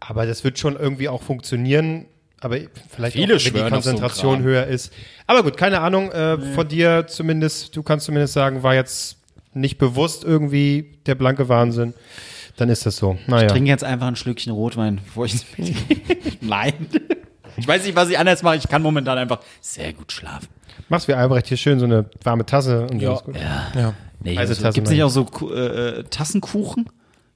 [SPEAKER 1] Aber das wird schon irgendwie auch funktionieren. Aber vielleicht
[SPEAKER 3] Viele
[SPEAKER 1] auch, wenn die
[SPEAKER 3] schwören auf so einen
[SPEAKER 1] Konzentration
[SPEAKER 3] Kram.
[SPEAKER 1] höher ist. Aber gut, keine Ahnung. Äh, Von dir zumindest, du kannst zumindest sagen, war jetzt nicht bewusst irgendwie der blanke Wahnsinn. Dann ist das so. Naja.
[SPEAKER 3] Trink jetzt einfach ein Schlückchen Rotwein, bevor ich ins Bett gehe. [LAUGHS] Nein. Ich weiß nicht, was ich anders mache. Ich kann momentan einfach sehr gut schlafen.
[SPEAKER 1] Machst wie Albrecht hier schön so eine warme Tasse und ja. gut.
[SPEAKER 3] Nee,
[SPEAKER 1] Also
[SPEAKER 3] also,
[SPEAKER 1] Tassen
[SPEAKER 3] Gibt es nicht
[SPEAKER 1] meine
[SPEAKER 3] auch so Ku- äh, äh, Tassenkuchen?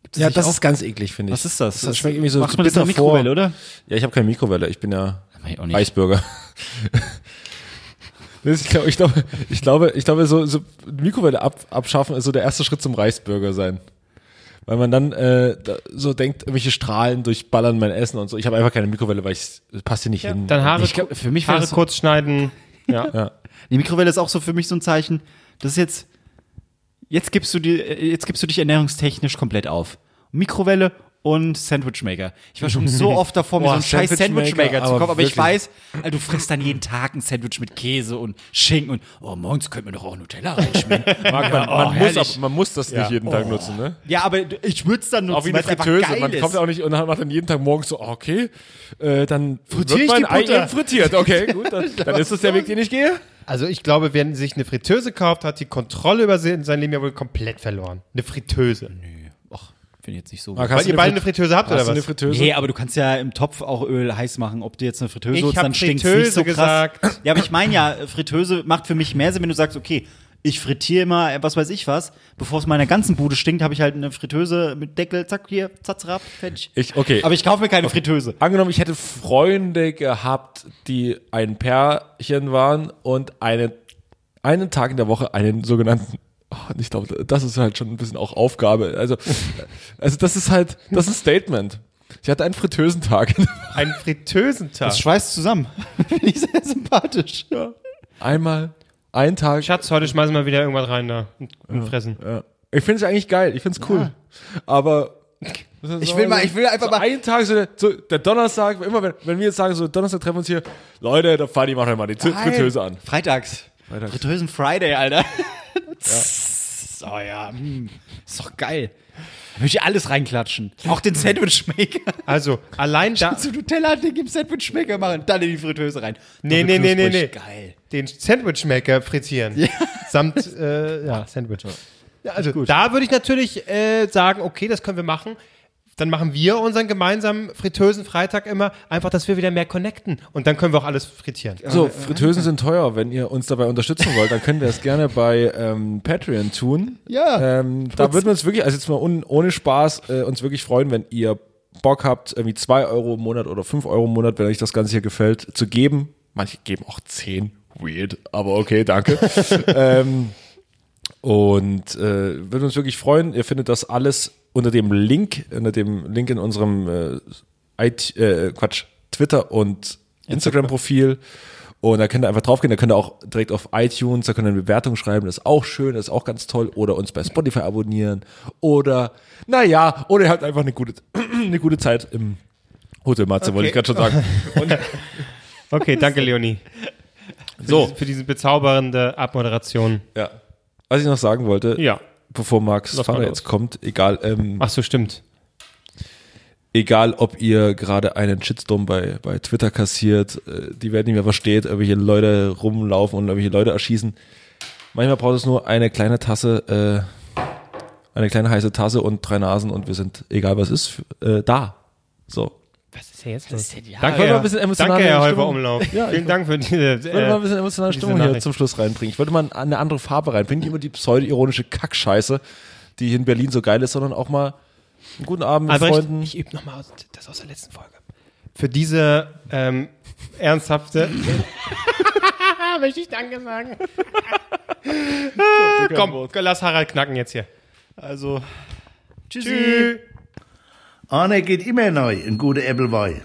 [SPEAKER 3] Gibt's
[SPEAKER 4] Ja,
[SPEAKER 3] nicht
[SPEAKER 4] das
[SPEAKER 3] auch?
[SPEAKER 4] ist ganz eklig, finde ich.
[SPEAKER 3] Was ist das?
[SPEAKER 4] Das schmeckt irgendwie so
[SPEAKER 3] Macht
[SPEAKER 4] zu
[SPEAKER 3] man das in
[SPEAKER 4] bitter
[SPEAKER 3] der Mikrowelle,
[SPEAKER 4] vor.
[SPEAKER 3] oder?
[SPEAKER 4] Ja, ich habe keine Mikrowelle. Ich bin ja
[SPEAKER 3] mach ich auch nicht.
[SPEAKER 4] Eisbürger. [LAUGHS] Das, ich glaube, ich glaube, ich glaube, ich glaube so, so Mikrowelle ab, abschaffen ist so der erste Schritt zum Reisbürger sein. Weil man dann äh, da, so denkt, irgendwelche Strahlen durchballern mein Essen und so. Ich habe einfach keine Mikrowelle, weil ich passt hier nicht hin.
[SPEAKER 1] Dann
[SPEAKER 4] [LAUGHS]
[SPEAKER 1] Haare,
[SPEAKER 3] Ich glaub, für mich wäre
[SPEAKER 1] Haare
[SPEAKER 3] das so-
[SPEAKER 1] kurz schneiden. Ja.
[SPEAKER 3] Die Mikrowelle ist auch so für mich so ein Zeichen, das ist jetzt, jetzt gibst du dir, äh, jetzt gibst du dich ernährungstechnisch komplett auf. Mikrowelle und Sandwichmaker. Ich war schon
[SPEAKER 4] [LAUGHS]
[SPEAKER 3] so oft davor, mir so einen scheiß Sandwichmaker
[SPEAKER 4] Sandwichmaker,
[SPEAKER 3] zu
[SPEAKER 4] aber
[SPEAKER 3] kaufen, aber ich
[SPEAKER 4] wirklich.
[SPEAKER 3] weiß, Alter, du frisst dann jeden Tag ein Sandwich mit Käse und Schinken und, oh, morgens könnte mir doch auch Nutella
[SPEAKER 4] [LAUGHS]
[SPEAKER 3] reinschmieren.
[SPEAKER 4] Mag man,
[SPEAKER 3] oh,
[SPEAKER 4] man, muss,
[SPEAKER 3] herrlich.
[SPEAKER 4] ab- man muss das nicht jeden Tag nutzen, ne?
[SPEAKER 3] ja, aber ich würde es dann nutzen,
[SPEAKER 4] Auch wie eine
[SPEAKER 3] weil's einfach
[SPEAKER 4] Fritteuse.
[SPEAKER 3] geil
[SPEAKER 4] Man
[SPEAKER 3] ist.
[SPEAKER 4] kommt auch nicht und dann macht dann jeden Tag morgens so, "Oh, okay, äh, dann
[SPEAKER 3] Frittier ich
[SPEAKER 4] wird mein
[SPEAKER 3] die
[SPEAKER 4] Ei
[SPEAKER 3] Butter.
[SPEAKER 4] eben frittiert. Okay, gut, dann, dann ist das der Weg, den ich gehe.
[SPEAKER 1] Also ich glaube, wer sich eine Fritteuse kauft, hat die Kontrolle über se- sein Leben ja wohl komplett verloren. Eine Fritteuse.
[SPEAKER 3] Ach, finde ich jetzt nicht so.
[SPEAKER 4] Marc,
[SPEAKER 1] Weil
[SPEAKER 4] hast du
[SPEAKER 1] ihr beide eine
[SPEAKER 4] Frit-
[SPEAKER 1] Fritteuse habt,
[SPEAKER 4] hast
[SPEAKER 1] oder
[SPEAKER 4] du eine
[SPEAKER 1] was?
[SPEAKER 4] Fritteuse?
[SPEAKER 3] Nee, aber du kannst ja im Topf auch Öl heiß machen, ob du jetzt eine Fritteuse
[SPEAKER 1] Ich
[SPEAKER 3] nutzt,
[SPEAKER 1] hab
[SPEAKER 3] dann stinkt es
[SPEAKER 1] Fritteuse
[SPEAKER 3] nicht so krass.
[SPEAKER 1] gesagt.
[SPEAKER 3] Ja, aber ich meine ja, Fritteuse macht für mich mehr Sinn, wenn du sagst, okay, ich frittiere immer, äh, was weiß ich was, bevor es meiner ganzen Bude stinkt, habe ich halt eine Fritteuse mit Deckel, zack, hier, zatzerab, fertig.
[SPEAKER 4] Ich, okay.
[SPEAKER 3] aber ich kaufe mir keine Fritteuse.
[SPEAKER 4] Angenommen, ich hätte Freunde gehabt, die ein Pärchen waren und eine, einen Tag in der Woche einen sogenannten oh, ich glaube, das ist halt schon ein bisschen auch Aufgabe.
[SPEAKER 7] [LAUGHS]
[SPEAKER 4] Also, also das ist halt, das ist ein Statement. Ich hatte einen Fritteusentag.
[SPEAKER 1] Ein Fritteusentag.
[SPEAKER 7] Das schweißt
[SPEAKER 3] [LAUGHS]
[SPEAKER 7] zusammen. Finde ich sehr sympathisch.
[SPEAKER 4] [LAUGHS] Einmal, einen Tag.
[SPEAKER 1] Schatz, heute schmeißen wir wieder irgendwas rein da und, und fressen.
[SPEAKER 4] Ja. Ich finde es eigentlich geil, ich finde es cool. Aber Das ist
[SPEAKER 7] Ich
[SPEAKER 4] so-
[SPEAKER 7] will mal- ich will einfach
[SPEAKER 4] so
[SPEAKER 7] mal-
[SPEAKER 4] Einen Tag, so der, so der Donnerstag, immer wenn, wenn wir jetzt sagen, so Donnerstag treffen wir uns hier, Leute, der Fadi macht heute mal die Zü-
[SPEAKER 7] Nein.
[SPEAKER 4] Fritteuse an.
[SPEAKER 7] Freitags.
[SPEAKER 4] Freitags.
[SPEAKER 7] Fritteusen Friday, Alter.
[SPEAKER 3] [LAUGHS]
[SPEAKER 7] Ja. Oh ja, hm. ist doch geil. Da möchte ich alles reinklatschen. Auch den Sandwichmaker.
[SPEAKER 1] Also, allein da.
[SPEAKER 7] Zu Nutella, den im Sandwichmaker machen, dann in die Fritteuse rein.
[SPEAKER 1] Nee, nee, nee, nee, nee.
[SPEAKER 7] Knusprig, Geil.
[SPEAKER 1] Den Sandwichmaker frittieren. Samt, äh, ja, Sandwich. Ja, also, da würde ich natürlich äh, sagen, okay, das können wir machen. Dann machen wir unseren gemeinsamen fritösen Freitag immer einfach, dass wir wieder mehr connecten. Und dann können wir auch alles frittieren.
[SPEAKER 4] So, Fritteusen sind teuer. Wenn ihr uns dabei unterstützen wollt, dann könnt ihr das gerne bei ähm, Patreon tun.
[SPEAKER 7] Ja.
[SPEAKER 4] Ähm, da würden wir uns wirklich, also jetzt mal un, ohne Spaß, äh, uns wirklich freuen, wenn ihr Bock habt, irgendwie 2 Euro im Monat oder 5 Euro im Monat, wenn euch das Ganze hier gefällt, zu geben. Manche geben auch 10. Weird, aber okay, danke. ähm, und äh, würden uns wirklich freuen. Ihr findet das alles unter dem Link, unter dem Link in unserem äh, IT, äh, Quatsch, Twitter und Instagram-Profil. Und da könnt ihr einfach draufgehen, da könnt ihr auch direkt auf iTunes, da könnt ihr eine Bewertung schreiben, das ist auch schön, das ist auch ganz toll. Oder uns bei Spotify abonnieren. Oder, naja, oder ihr habt einfach eine gute, [CLEARS THROAT] eine gute Zeit im Hotelmatze, wollte ich gerade
[SPEAKER 1] [LAUGHS]
[SPEAKER 4] schon sagen.
[SPEAKER 1] Okay,
[SPEAKER 4] [LAUGHS]
[SPEAKER 1] danke, Leonie. So. Für diese bezaubernde Abmoderation.
[SPEAKER 4] Ja. Was ich noch sagen wollte,
[SPEAKER 1] Ja.
[SPEAKER 4] bevor Max
[SPEAKER 1] Lass mal
[SPEAKER 4] Fahrer
[SPEAKER 1] los.
[SPEAKER 4] jetzt kommt, egal, ähm,
[SPEAKER 1] Ach so, stimmt.
[SPEAKER 4] egal ob ihr gerade einen Shitstorm bei, bei Twitter kassiert, äh, die Welt nicht mehr versteht, irgendwelche Leute rumlaufen und irgendwelche Leute erschießen. Manchmal braucht es nur eine kleine Tasse, äh, eine kleine heiße Tasse und drei Nasen und wir sind, egal was ist, f- äh, da. So.
[SPEAKER 1] Was ist denn jetzt los?
[SPEAKER 4] Danke,
[SPEAKER 1] Herr-
[SPEAKER 4] ein bisschen emotionale
[SPEAKER 1] Danke, Herr
[SPEAKER 4] Stimmung.
[SPEAKER 1] Holfer Umlauf.
[SPEAKER 4] Ja,
[SPEAKER 1] Vielen Dank für diese.
[SPEAKER 4] Ich wollte mal ein
[SPEAKER 1] Äh,
[SPEAKER 4] bisschen emotionale
[SPEAKER 1] diese
[SPEAKER 4] Stimmung hier
[SPEAKER 1] Nachricht.
[SPEAKER 4] zum Schluss reinbringen. Ich wollte mal eine andere Farbe reinbringen, nicht immer die pseudo-ironische Kackscheiße, die hier in Berlin so geil ist, sondern auch mal einen guten Abend mit
[SPEAKER 1] Albrecht,
[SPEAKER 4] Freunden.
[SPEAKER 1] Also ich übe nochmal das aus der letzten Folge. Für diese ähm,
[SPEAKER 4] [LAUGHS]
[SPEAKER 1] ernsthafte. [LAUGHS] Möchte ich Danke sagen. Komm, lass Harald knacken jetzt hier.
[SPEAKER 8] Also,
[SPEAKER 1] Tschüssi.
[SPEAKER 9] Einer geht immer neu in gute Appleboy.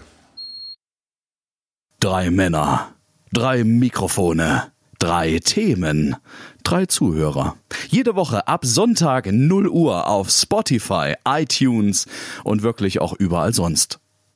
[SPEAKER 8] Drei Männer, drei Mikrofone, drei Themen, drei Zuhörer. Jede Woche ab Sonntag 0 Uhr auf Spotify, iTunes und wirklich auch überall sonst.